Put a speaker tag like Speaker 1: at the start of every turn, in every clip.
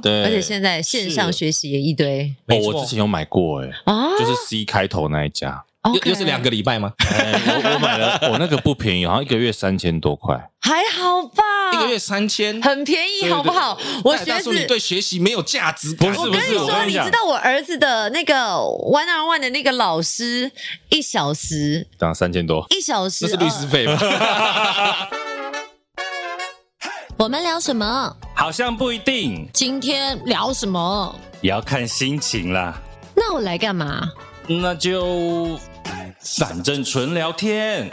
Speaker 1: 对，
Speaker 2: 呃
Speaker 3: 而且现在线上学习也一堆
Speaker 1: 哦
Speaker 2: 没，错
Speaker 1: 我之前有买过哎、
Speaker 3: 啊，
Speaker 1: 就是 C 开头那一家，
Speaker 2: 又又是两个，礼拜吗？
Speaker 1: 哎我我买了，我那个不便宜，好像一个月三千多块。
Speaker 3: 还好吧？
Speaker 2: 一个月三千，
Speaker 3: 啊很便宜，
Speaker 2: 对
Speaker 3: 好不好？我
Speaker 2: 戴
Speaker 3: 学
Speaker 2: 大叔，
Speaker 3: 子，
Speaker 2: 你对学习没有价值感。
Speaker 1: 不是
Speaker 3: 我
Speaker 1: 不
Speaker 3: 跟
Speaker 1: 是
Speaker 3: 你
Speaker 1: 我
Speaker 3: 说，
Speaker 1: 跟
Speaker 3: 你
Speaker 1: 你讲
Speaker 3: 知道我儿子的那个 One on One 的那个老师，一小时
Speaker 1: 涨三千多，
Speaker 3: 一小时，
Speaker 2: 这是律师
Speaker 3: 呃
Speaker 2: 费吗？
Speaker 3: 我们聊什么？
Speaker 1: 好像不一定，
Speaker 3: 今天聊什么？
Speaker 1: 也要看心情啦。
Speaker 3: 那我来干嘛？
Speaker 1: 那就反正纯聊天。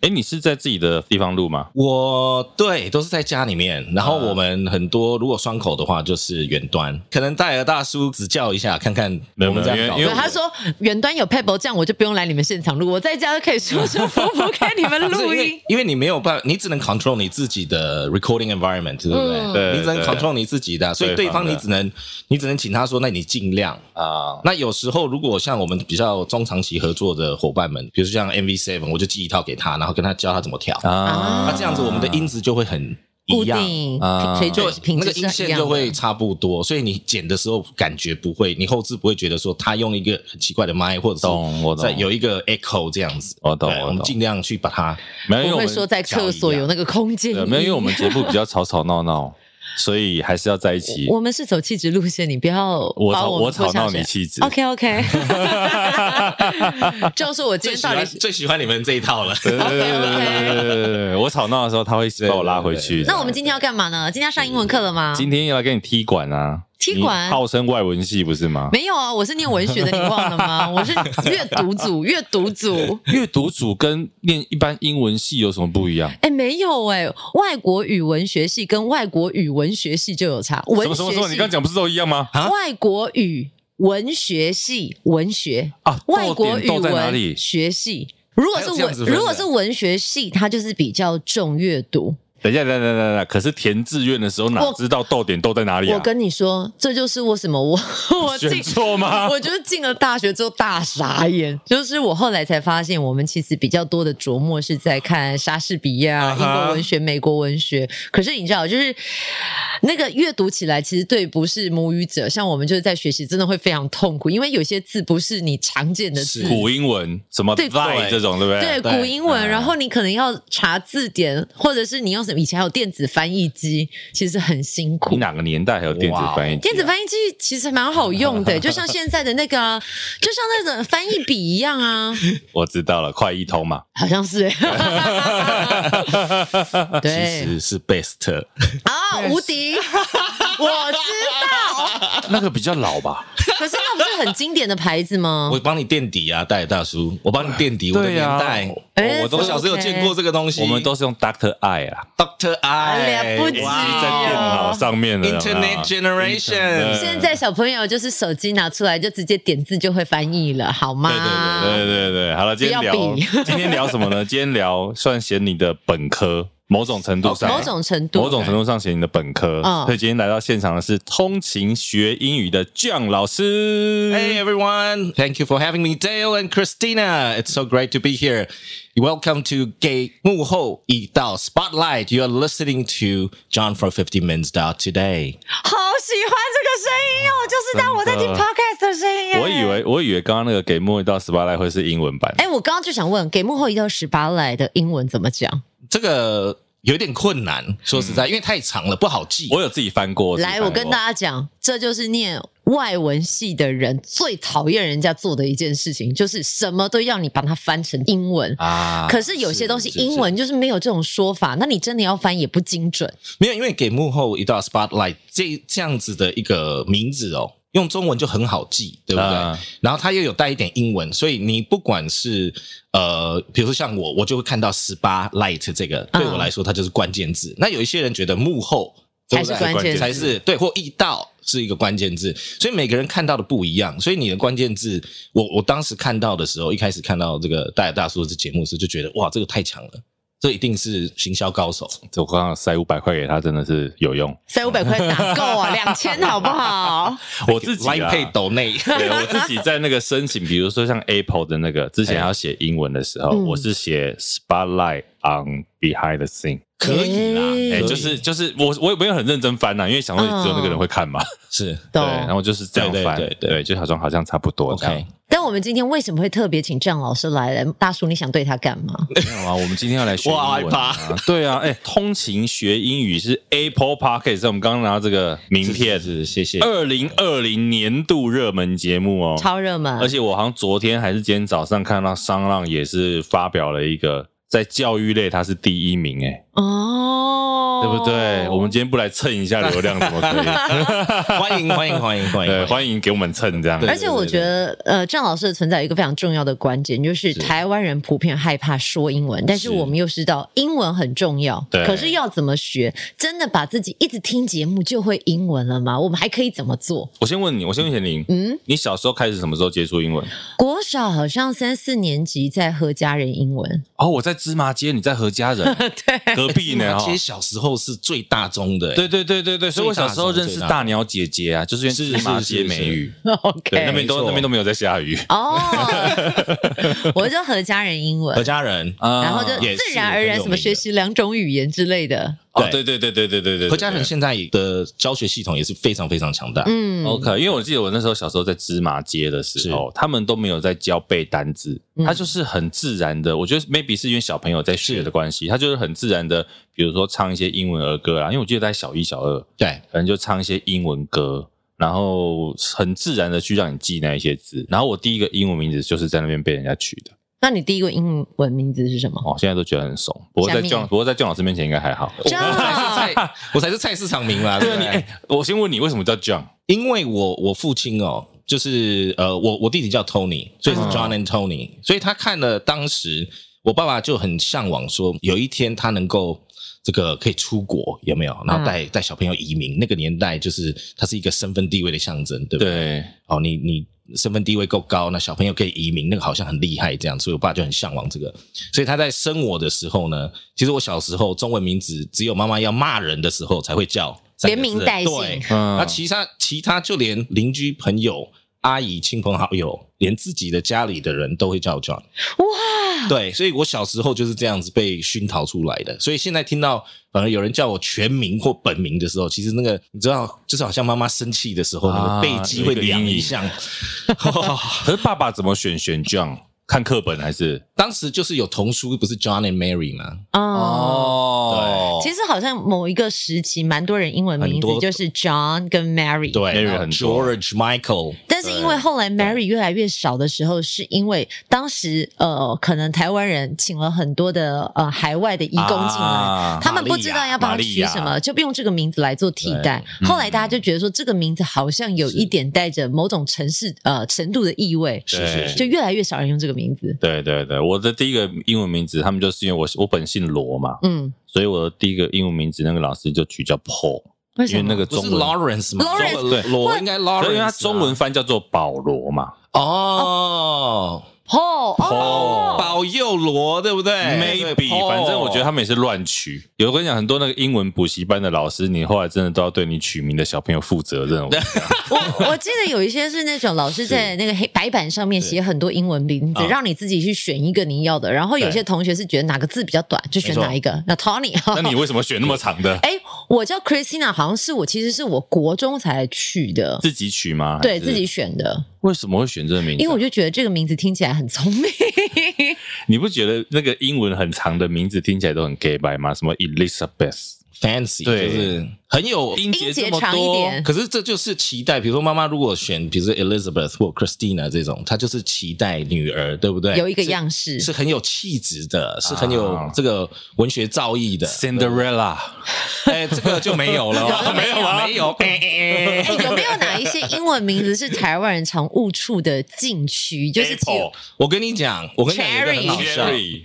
Speaker 1: 哎，你是在自己的地方录吗？
Speaker 2: 我对都是在家里面，然后
Speaker 1: 嗯
Speaker 2: 我们很多如果双口的话就是远
Speaker 1: 啊
Speaker 2: 端，可能戴尔大叔指教一下，看看
Speaker 1: 没有
Speaker 2: 我们这
Speaker 1: 没
Speaker 2: 样
Speaker 1: 有
Speaker 2: 搞。
Speaker 1: 因为
Speaker 3: 对，他说远端有 Pebble，这样我就不用来你们现场录，我在家就可以舒舒服服给你们
Speaker 2: 不是因
Speaker 3: 录音
Speaker 2: 为。因为你没有办法，你只能 control 你自己的 recording environment，对不对？
Speaker 3: 嗯
Speaker 1: 对
Speaker 2: 你只能
Speaker 1: 对
Speaker 2: control 你自己的，啊所以
Speaker 1: 对
Speaker 2: 对
Speaker 1: 方
Speaker 2: 方
Speaker 1: 的
Speaker 2: 你只能你只能请他说，那你尽量。
Speaker 1: 啊、
Speaker 2: 那有时候如果像我们比较中长期合作的伙伴们，比如说像 MV Seven，我就寄一套给他，然后跟他教他怎么调。
Speaker 1: 啊
Speaker 3: 啊
Speaker 2: 那这样子我们的音质就会很
Speaker 3: 固
Speaker 2: 一样。呃
Speaker 3: 定
Speaker 1: 啊
Speaker 3: 水
Speaker 2: 就
Speaker 3: 准品
Speaker 2: 那
Speaker 3: 质
Speaker 2: 个
Speaker 3: 是
Speaker 2: 音
Speaker 3: 一
Speaker 2: 线
Speaker 3: 样的
Speaker 2: 就会差不多，所以你剪的时候感觉不会，你后置不会觉得说他用一个很奇怪的麦，或者是
Speaker 1: 懂我懂
Speaker 2: 在，有一个 echo 这样子。
Speaker 1: 我懂
Speaker 2: 对
Speaker 1: 我
Speaker 2: 我们
Speaker 1: 懂
Speaker 2: 尽量去把它。
Speaker 1: 没哎有因为
Speaker 3: 不
Speaker 1: 我
Speaker 3: 会
Speaker 1: 们
Speaker 3: 说在厕所有那个空间
Speaker 1: 对
Speaker 3: 音。
Speaker 1: 没有，因为我们节目比较吵吵闹闹，所以还是要在一起。
Speaker 3: 我们是走气质路线，你不要
Speaker 1: 我
Speaker 3: 把
Speaker 1: 吵
Speaker 3: 们
Speaker 1: 我
Speaker 3: 拖
Speaker 1: 吵
Speaker 3: 下哦
Speaker 1: 闹
Speaker 3: 水
Speaker 1: 你妻子
Speaker 3: OK OK，就是我今天
Speaker 2: 最喜
Speaker 3: 到
Speaker 2: 欢
Speaker 3: 底是。
Speaker 2: 最喜欢你们这一套了。
Speaker 1: 对对对对对对对，我吵闹的时候他会把我拉回去。
Speaker 3: 那我们今天要干嘛呢？今天要上英文课了吗？
Speaker 1: 今天要来给你踢馆啊！
Speaker 3: 踢馆
Speaker 1: 你号称外文系不是吗？
Speaker 3: 没有啊，我是念文学的，你忘了 吗？我是阅读组， 阅读组。
Speaker 1: 阅读组跟念一般英文系有什么不一样？
Speaker 3: 哎，没有哎、外国语文学系跟外国语文学系就有差。文
Speaker 1: 什
Speaker 3: 学
Speaker 1: 么什
Speaker 3: 系，
Speaker 1: 么什么？你刚讲不是都一样吗？
Speaker 2: 啊
Speaker 3: 外国语文学系文学
Speaker 1: 啊，
Speaker 3: 外国语
Speaker 1: 豆点豆在哪
Speaker 3: 文
Speaker 1: 里？
Speaker 3: 学系。如果是
Speaker 2: 还有这
Speaker 3: 文
Speaker 2: 样子分的
Speaker 3: 如果是文学系，它就是比较重阅读。
Speaker 1: 等一下，等一下等一下等一下，可是填志愿的时候哪
Speaker 3: 我
Speaker 1: 知道豆点豆在
Speaker 2: 哎
Speaker 1: 哪里啊？
Speaker 3: 我跟你说，这就是为什么我 我进
Speaker 1: 选错吗？
Speaker 3: 我就是进了大学之后大傻眼，就是我后来才发现，我们其实比较多的琢磨是在看莎士比亚、
Speaker 2: 啊
Speaker 3: 英
Speaker 2: 哈
Speaker 3: 国文学、美国文学。可是你知道，就是那个阅读起来，其实对不是母语者，像我们就是在学习，真的会非常痛苦，因为有些字不是你常见的字
Speaker 2: 是。
Speaker 1: 古英文什么
Speaker 3: 对
Speaker 1: thy
Speaker 2: 对
Speaker 1: 这种对不对？
Speaker 3: 对古
Speaker 2: 对
Speaker 3: 英文，
Speaker 1: 嗯
Speaker 3: 然后你可能要查字典，或者是你用什么？以前还有电子翻译机，其实很辛苦
Speaker 1: 你。哪个年代还有电子翻译机啊？
Speaker 3: 电子翻译机其实蛮好 用的，就像现在的那个啊，就像那种翻译笔一 样啊，
Speaker 1: 我知道了，快译通嘛。
Speaker 3: 好像 是。
Speaker 2: 其
Speaker 3: 对
Speaker 2: 实是 best，
Speaker 3: 啊，无敌，我知
Speaker 1: 那个比较老吧？
Speaker 3: 道。可是那不是很经典的牌子吗
Speaker 2: 我？帮你垫底啊，戴尔大叔，我帮你垫底。我的
Speaker 1: 对
Speaker 2: 年
Speaker 1: 呀
Speaker 2: 代，
Speaker 3: 哎
Speaker 2: 我都小时候有见过这个东西。
Speaker 1: 我们都是用 Doctor I 啊，
Speaker 2: Doctor
Speaker 3: 哎
Speaker 2: I，
Speaker 3: 了不起
Speaker 1: 是在电脑上面的有没有
Speaker 2: 哦 Internet generation，
Speaker 3: 现在小朋友就是手机拿出来就直接点字就会翻译了，好吗？
Speaker 1: 啊
Speaker 2: 啊
Speaker 1: 对对对，好了，今天聊
Speaker 3: 不要比
Speaker 1: 今天聊什么呢？今天聊算写你的本科，某种程度上，
Speaker 3: 哦某种程度，
Speaker 1: 某种程度上写你的本科。
Speaker 3: 嗯
Speaker 1: 所以今天来到现场的是通勤学英语的 John 老师。
Speaker 2: Hey everyone, thank you for having me, Dale and Christina. It's so great to be here. Welcome to 给幕后一道 Spotlight. You are listening to John for 50 Minutes Dot today.
Speaker 3: 好喜欢这个声音哦，就是当我在听
Speaker 1: 真的
Speaker 3: podcast 的声音耶。
Speaker 1: 我以为我以为刚刚那个给莫一道十八来会是英文版，
Speaker 3: 哎、我刚刚就想问，给幕后一到十八来的英文怎么讲？
Speaker 2: 这个有点困难，说实在，因为太长了，不好记。
Speaker 1: 我有自己翻过。自己
Speaker 3: 来，
Speaker 1: 翻过
Speaker 3: 我跟大家讲，这就是念外文系的人最讨厌人家做的一件事情，就是什么都要你把它翻成英文。
Speaker 1: 啊，
Speaker 3: 可是有些东西英文就是没有这种说法，那你真的 要翻也不精准。
Speaker 2: 没有，因为给幕后一道 spotlight 这这样子的一个名字哦，用中文就很好记，对不对？
Speaker 1: 啊
Speaker 2: 然后它又有带一点英文，所以你不管是呃，比如说像我，我就会看到十八 light 这
Speaker 3: 啊
Speaker 2: 个，对我来说它就是关键字。那有一些人觉得幕后对不对
Speaker 3: 才是关键字
Speaker 2: 才是对，或一道是一个关键字，所以每个人看到的不一样。所以你的关键字，我我当时看到的时候，一开始看到这个戴尔大叔的这节目时，就觉得哇，这个太强了。这一定是行销高手。
Speaker 1: 这我刚刚塞五百块给他，真的是有用。
Speaker 3: 三五百块哪够啊？两千好不好？
Speaker 1: 我自己啊
Speaker 2: Line
Speaker 1: 啦
Speaker 2: Pay 抖内，
Speaker 1: 对我自己在那个申请，比如说像 Apple 的那个，之前要写英文的时候，
Speaker 3: 嗯
Speaker 1: 我是写 Spotlight on Behind the Scene，
Speaker 2: 可以啦，
Speaker 3: 哎
Speaker 1: 哎、
Speaker 2: 可以
Speaker 1: 就是就是我我也没有很认真翻啊呐、因为想说只有那个人会看嘛，
Speaker 2: 是
Speaker 1: 对，然
Speaker 3: 嗯懂。
Speaker 1: 后就是这样
Speaker 2: 对对
Speaker 1: 翻，
Speaker 2: 对对
Speaker 1: 就好像好像差不多这样。
Speaker 2: OK。
Speaker 3: 但我们今天为什么会特别请郑老师来呢？大叔，你想对他干嘛？
Speaker 1: 没有啊，我们今天要来学英
Speaker 2: 我好
Speaker 1: 文、啊
Speaker 2: 害。
Speaker 1: 对啊，哎、通勤学英语是 Apple Pocket，是我们刚刚拿到这个名片，呃
Speaker 2: 是是谢谢。
Speaker 1: 二零二零年度热门节目哦，
Speaker 3: 超热门，
Speaker 1: 而且我好像昨天还是今天早上看到商浪也是发表了一个在教育类它是第一名、哎、
Speaker 3: 哦，
Speaker 1: 对不对？我们今天不来蹭一下流量怎么可以？
Speaker 2: 欢迎欢迎欢迎哎欢
Speaker 1: 对，
Speaker 2: 迎，
Speaker 1: 欢迎给我们蹭这样。
Speaker 2: 对
Speaker 3: 而且我觉得，呃，郑老师的存在有一个非常重要的关键，就是台湾人普遍害怕说英文，但是我们又知道英文很重要，
Speaker 1: 对
Speaker 3: 可是要怎么学？真的把自己一直听节目就会英文了吗？我们还可以怎么做？
Speaker 1: 我先问你，我先问贤玲，
Speaker 3: 嗯，
Speaker 1: 你小时候开始什么时候接触英文？
Speaker 3: 国小好像三四年级在和家人英文，
Speaker 1: 哦，我在芝麻街，你在何家人
Speaker 3: 对，
Speaker 1: 隔壁呢？
Speaker 2: 其实
Speaker 1: 哈，
Speaker 2: 小时候是最大宗的，哎
Speaker 1: 对对对对对，所以我小时候认识大鸟姐姐啊，就是因为
Speaker 2: 是
Speaker 1: 芝麻街
Speaker 2: 是是
Speaker 1: 美语，对，那
Speaker 3: OK，
Speaker 1: 边都
Speaker 2: 没错
Speaker 1: 那边都没有在下雨
Speaker 3: 哦， 我就和家人英
Speaker 2: 何
Speaker 3: 文，
Speaker 2: 家人，
Speaker 1: 啊
Speaker 3: 然后就
Speaker 2: 也是
Speaker 3: 自然而然
Speaker 2: 很有
Speaker 3: 什
Speaker 2: 名
Speaker 3: 么
Speaker 2: 的
Speaker 3: 学习两种语言之类的，
Speaker 1: 哦，对对对对对对对，
Speaker 2: 何家人现在的教学系统也是非常非常强大。
Speaker 3: 嗯
Speaker 1: OK，因为我记得我那时候小时候在芝麻街的时候，他们都没有在教背单字，
Speaker 3: 嗯
Speaker 1: 他就是很自然的。我觉得 maybe 是因为小朋友在学的关系，他就是很自然的，比如说唱一些英文儿歌啊。因为我记得在小一、小二，
Speaker 2: 对，
Speaker 1: 可能就唱一些英文歌，然后很自然的去让你记那一些字。然后我第一个英文名字就是在那边被人家取的，
Speaker 3: 那你第一个英文名字是什么？
Speaker 1: 哦，现在都觉得很怂。不过在
Speaker 3: 下面
Speaker 1: John，不过在 John 老师面前应该还 好。
Speaker 2: 我
Speaker 3: 这
Speaker 2: 才是菜，我才是菜市场名啦，对
Speaker 1: 嗯对
Speaker 2: 不
Speaker 1: 啊，你哎、
Speaker 2: 对？
Speaker 1: 我先问你为什么叫 John？
Speaker 2: 因为我我父亲哦，就是呃，我我弟弟叫 Tony，所以是
Speaker 1: 嗯
Speaker 2: John and Tony，、所以他看了当时我爸爸就很向往说，有一天他能够这个可以出国，有没有？
Speaker 3: 嗯
Speaker 2: 然后带、带小朋友移民，那个年代就是它是一个身份地位的象征，对不对？
Speaker 1: 对，
Speaker 2: 哦，你你身份地位够高，那小朋友可以移民，那个好像很厉害这样，所以我爸就很向往这个。所以他在生我的时候呢，其实我小时候中文名字只有妈妈要骂人的时候才会叫三个字，
Speaker 3: 连名带姓
Speaker 2: 对，
Speaker 1: 嗯
Speaker 2: 那其他其他就连邻居朋友。阿姨、亲朋好友，连自己的家里的人都会叫 John。
Speaker 3: 哇，
Speaker 2: 对，所以我小时候就是这样子被熏陶出来的。所以现在听到反而有人叫我全名或本名的时候，其实那个你知道，就是好像妈妈生气的时候，那
Speaker 1: 啊
Speaker 2: 个背肌会凉一下。
Speaker 1: 可是爸爸怎么选选 John？看课本还是？
Speaker 2: 当时就是有童书，不是 John and Mary 吗？
Speaker 3: 哦。
Speaker 1: 哦，
Speaker 3: 其
Speaker 1: 实
Speaker 3: 实好像某一个时期，蛮多人英文名
Speaker 2: 很
Speaker 3: 字
Speaker 2: 多
Speaker 3: 就是 John 跟 Mary。
Speaker 2: 对
Speaker 1: Mary
Speaker 2: 然后
Speaker 1: 很多
Speaker 2: ，George、Michael，
Speaker 3: 但是因为后来 Mary 越来越少的时候，是因为当时呃，可能台湾人请了很多的呃海外的移工进来，他们不知道要帮他取什
Speaker 1: 啊玛利
Speaker 3: 么，就用这个名字来做替代。后来大家就觉得说，这个名字好像有一点带着某种城市呃程度的意味，
Speaker 2: 是是是
Speaker 3: 就越来越少人用这个名字。
Speaker 1: 对对对，我的第一个英文名字，他们就是因为我我本姓罗嘛，
Speaker 3: 嗯，
Speaker 1: 所以我的第一个英文名字那个老师就取叫 Paul，
Speaker 3: 为
Speaker 1: 因
Speaker 3: 什
Speaker 1: 为那
Speaker 3: 么？
Speaker 1: 个
Speaker 2: 不
Speaker 1: 中
Speaker 2: 是
Speaker 1: 文，
Speaker 2: Lawrence 吗
Speaker 3: Lawrence，
Speaker 2: 中文罗应该 Lawrence，啊
Speaker 1: 所以他中文翻叫做保罗嘛。
Speaker 2: 哦，
Speaker 3: 哦哦，
Speaker 2: 保佑罗对不哦对
Speaker 1: Maybe，反正我觉得他们也是乱取。有我跟你讲，很多那个英文补习班的老师，你后来真的都要对你取名的小朋友负责 任。
Speaker 3: 我我记得有一些是那种老师在那个黑白板上面写很多英文名字，
Speaker 2: 啊
Speaker 3: 让你自己去选一个你要的。然后有些同学是觉得哪个字比较短，就选哪一个。那 Tony，
Speaker 1: 那你为什么选那么长的？
Speaker 3: 哎，我叫 Christina，好像是我其实是我国中才去的，
Speaker 1: 自己取吗？
Speaker 3: 对
Speaker 1: 还是
Speaker 3: 自己选的，
Speaker 1: 为什么会选这个名字？
Speaker 3: 因为我就觉得这个名字听起来很聪 明。
Speaker 1: 你不觉得那个英文很长的名字听起来都很 gay 白吗？什么 Elizabeth，
Speaker 2: fancy
Speaker 1: 对
Speaker 2: 就是很有
Speaker 1: 音
Speaker 3: 节
Speaker 1: 节这
Speaker 3: 这么
Speaker 1: 么
Speaker 3: 多音节长一
Speaker 1: 多，
Speaker 3: 点
Speaker 2: 可是这就是期待，比如说妈妈如果选，比如说 Elizabeth 或 Christina 这种，她就是期待女儿，对不对？
Speaker 3: 有一个样式
Speaker 2: 是是很有气质的，是很有
Speaker 1: 啊
Speaker 2: 这个文学造诣的。
Speaker 1: Cinderella，
Speaker 2: 哎，这个就没 有了哦，
Speaker 3: 没有啊
Speaker 2: 没有。哎 哎
Speaker 3: 哎，
Speaker 2: 哎
Speaker 3: 有没有哪一些英文名字是台湾人常误触的禁区？就是 其
Speaker 1: Apple
Speaker 2: 我跟你讲，我跟你讲，有一个很好笑
Speaker 1: Cherry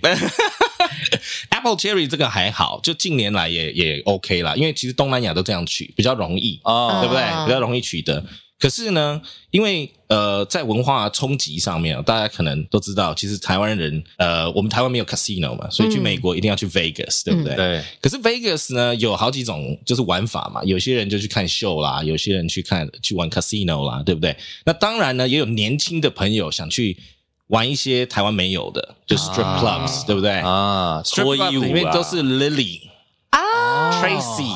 Speaker 2: Apple Cherry 这个还好，就近年来也也 OK 啦，因为其实东南亚都这样取，比较容易。
Speaker 1: 哦
Speaker 2: 对不对
Speaker 3: 啊？
Speaker 2: 比较容易取得。可是呢，因为呃，在文化冲击上面啊，大家可能都知道，其实台湾人呃，我们台湾没有 casino 嘛，所以去
Speaker 3: 嗯
Speaker 2: 美国一定要去 Vegas，、对不嗯对？
Speaker 1: 对，
Speaker 2: 可是 Vegas 呢，有好几种就是玩法嘛，有些人就去看秀啦，有些人去看去玩 casino 啦，对不对？那当然呢，也有年轻的朋友想去玩一些台湾没有的，就是 strip
Speaker 1: 啊
Speaker 2: clubs，、对不对？
Speaker 1: 啊，
Speaker 2: strip
Speaker 1: 脱衣
Speaker 2: club
Speaker 1: 舞
Speaker 2: 里面
Speaker 1: 啦
Speaker 2: 都是 Lily、
Speaker 3: 啊，
Speaker 2: 哦 Tracy，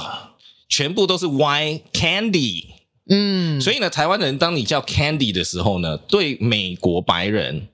Speaker 2: 全部都是 Y Candy。
Speaker 3: 嗯，
Speaker 2: 所以呢，台湾人当你叫 Candy 的时候呢，对美国白人、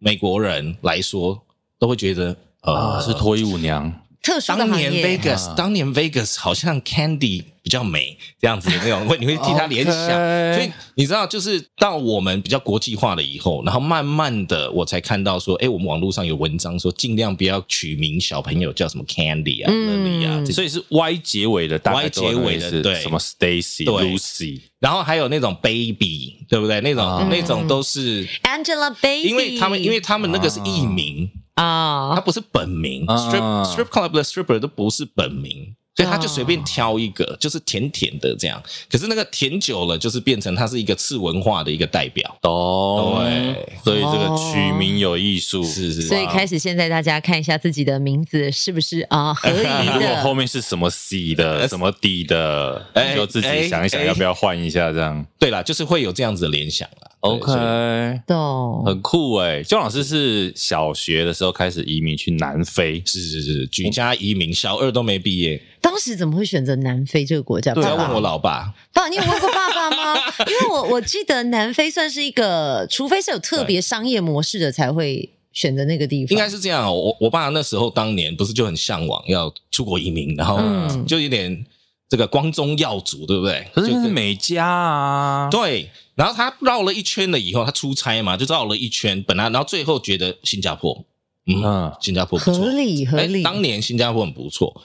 Speaker 2: 美国人来说，都会觉得
Speaker 1: 啊，
Speaker 2: 呃
Speaker 1: 是脱衣舞娘，
Speaker 3: 特殊的
Speaker 2: 当
Speaker 3: 行
Speaker 2: 年
Speaker 3: 业
Speaker 2: Vegas，、
Speaker 1: 啊
Speaker 2: 当年 Vegas 好像 Candy 比较美这样子的那 种，会你会替他联想。
Speaker 1: OK
Speaker 2: 所以你知道，就是到我们比较国际化了以后，然后慢慢的我才看到说，哎、我们网络上有文章说，尽量不要取名小朋友叫什么 Candy 啊、
Speaker 3: 嗯
Speaker 2: Lily 啊这些。
Speaker 1: 所以是 Y 结尾的，大概
Speaker 2: Y
Speaker 1: 都有
Speaker 2: 结尾的
Speaker 1: 类似
Speaker 2: 对
Speaker 1: 什么 Stacy、
Speaker 2: 对
Speaker 1: Lucy，
Speaker 2: 然后还有那种 Baby，对不对？那种、
Speaker 1: 啊
Speaker 2: 那种都是。
Speaker 3: Angelababy，
Speaker 2: 因为他们，因为他们那个是艺名，
Speaker 3: 啊
Speaker 2: 他，不是本名、
Speaker 1: 啊
Speaker 2: s t r i p strip club 的 stripper 都不是本名，所以他就随便挑一个，就是甜甜的这样。可是那个甜久了，就是变成它是一个次文化的一个代表。
Speaker 1: 懂？
Speaker 2: 对，哦
Speaker 1: 所以这个
Speaker 3: 哦
Speaker 1: 取名有艺术，
Speaker 2: 是是，
Speaker 3: 所以开始现在大家看一下自己的名字是不是啊合 理
Speaker 1: 如果后
Speaker 3: 的。
Speaker 1: 面是什么 C 的、什么 D 的，
Speaker 2: 哎
Speaker 1: 你就自己想一想
Speaker 2: 哎哎
Speaker 1: 要不要换一下这样。
Speaker 2: 对啦，就是会有这样子的联想啦。对所以
Speaker 3: 懂，
Speaker 1: 很酷哎、欸！姜老师是小学的时候开始移民去南非，
Speaker 2: 是是是，举家移民，小二都没毕业，
Speaker 3: 当时怎么会选择南非这个国家？
Speaker 2: 对，
Speaker 3: 爸
Speaker 2: 要
Speaker 3: 爸
Speaker 2: 问我老爸。
Speaker 3: 爸，你有问过爸爸 吗？因为我我记得南非算是一个，除非是有特别商业模式的才会选择那个地方。
Speaker 2: 应该是这样哦、我我爸那时候当年不是就很向往要出国移民，然后
Speaker 3: 嗯
Speaker 2: 就有点这个光宗耀祖，对不对？
Speaker 1: 可是
Speaker 2: 就
Speaker 1: 那是美加啊，
Speaker 2: 对，然后他绕了一圈了以后，他出差嘛，就绕了一圈，本来然后最后觉得新加坡，嗯，
Speaker 1: 嗯
Speaker 2: 新加坡不错
Speaker 3: 合，理合
Speaker 2: 哎
Speaker 3: 理，
Speaker 2: 当年新加坡很不错。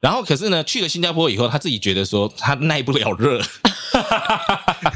Speaker 2: 然后可是呢，去了新加坡以后，他自己觉得说他耐不了热，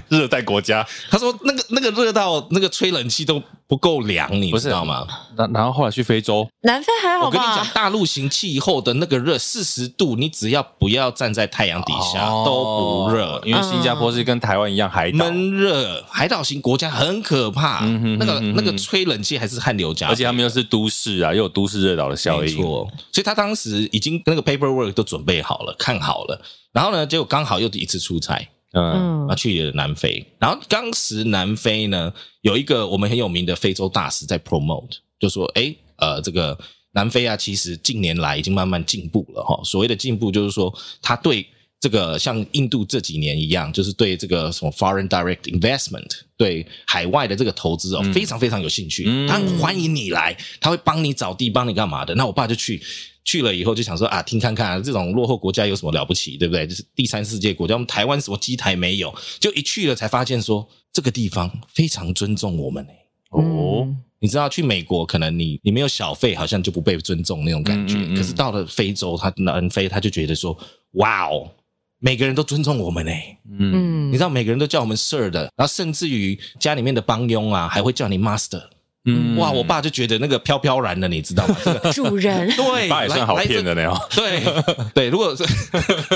Speaker 1: 热带国家
Speaker 2: 他说那个那个热到那个吹冷气都不够凉，你
Speaker 1: 不
Speaker 2: 知
Speaker 1: 是
Speaker 2: 道吗？
Speaker 1: 然然后后来去非洲，
Speaker 3: 南非还好
Speaker 2: 我跟你讲，
Speaker 3: 吧？
Speaker 2: 大陆型气候的那个热四十度，你只要不要站在太阳底下、
Speaker 1: 哦
Speaker 2: 都不热，
Speaker 1: 因为新加坡是跟台湾一样海岛，
Speaker 2: 闷热。海岛型国家很可怕，
Speaker 1: 嗯哼
Speaker 2: 那个
Speaker 1: 嗯哼
Speaker 2: 那个吹冷气还是汗流浃背，
Speaker 1: 而且他们又是都市啊，又有都市热岛的效
Speaker 2: 没
Speaker 1: 应，
Speaker 2: 错，所以他当时已经那个 paperwork 都准备好了，看好了，然后呢，结果刚好又一次出差，
Speaker 1: 嗯，
Speaker 3: 嗯
Speaker 2: 然后去了南非，然后当时南非呢有一个我们很有名的非洲大使在 promote，就说，哎，呃，这个南非啊，其实近年来已经慢慢进步了哈。所谓的进步，就是说他对这个像印度这几年一样，就是对这个什么 foreign direct investment，对海外的这个投资哦，非常非常有兴趣，
Speaker 1: 嗯
Speaker 2: 他很欢迎你来，他会帮你找地，帮你干嘛的。那我爸就去。去了以后就想说啊，听看看、啊、这种落后国家有什么了不起，对不对？就是第三世界国家，我们台湾什么机台没有，就一去了才发现说这个地方非常尊重我们、欸、
Speaker 1: 哦，
Speaker 3: 嗯
Speaker 2: 你知道去美国，可能你你没有小费，好像就不被尊重那种感觉。
Speaker 1: 嗯嗯嗯
Speaker 2: 可是到了非洲，他南非他就觉得说，哇哦，每个人都尊重我们呢、欸
Speaker 1: 嗯，
Speaker 3: 嗯
Speaker 2: 你知道每个人都叫我们 Sir 的，然后甚至于家里面的帮佣啊，还会叫你 Master。
Speaker 1: 嗯
Speaker 2: 哇，我爸就觉得那个飘飘然的，你知道吗？这个
Speaker 3: 主人
Speaker 2: 对，
Speaker 1: 爸也算好
Speaker 2: 来
Speaker 1: 骗的。呢哦，
Speaker 2: 来这对对，如果是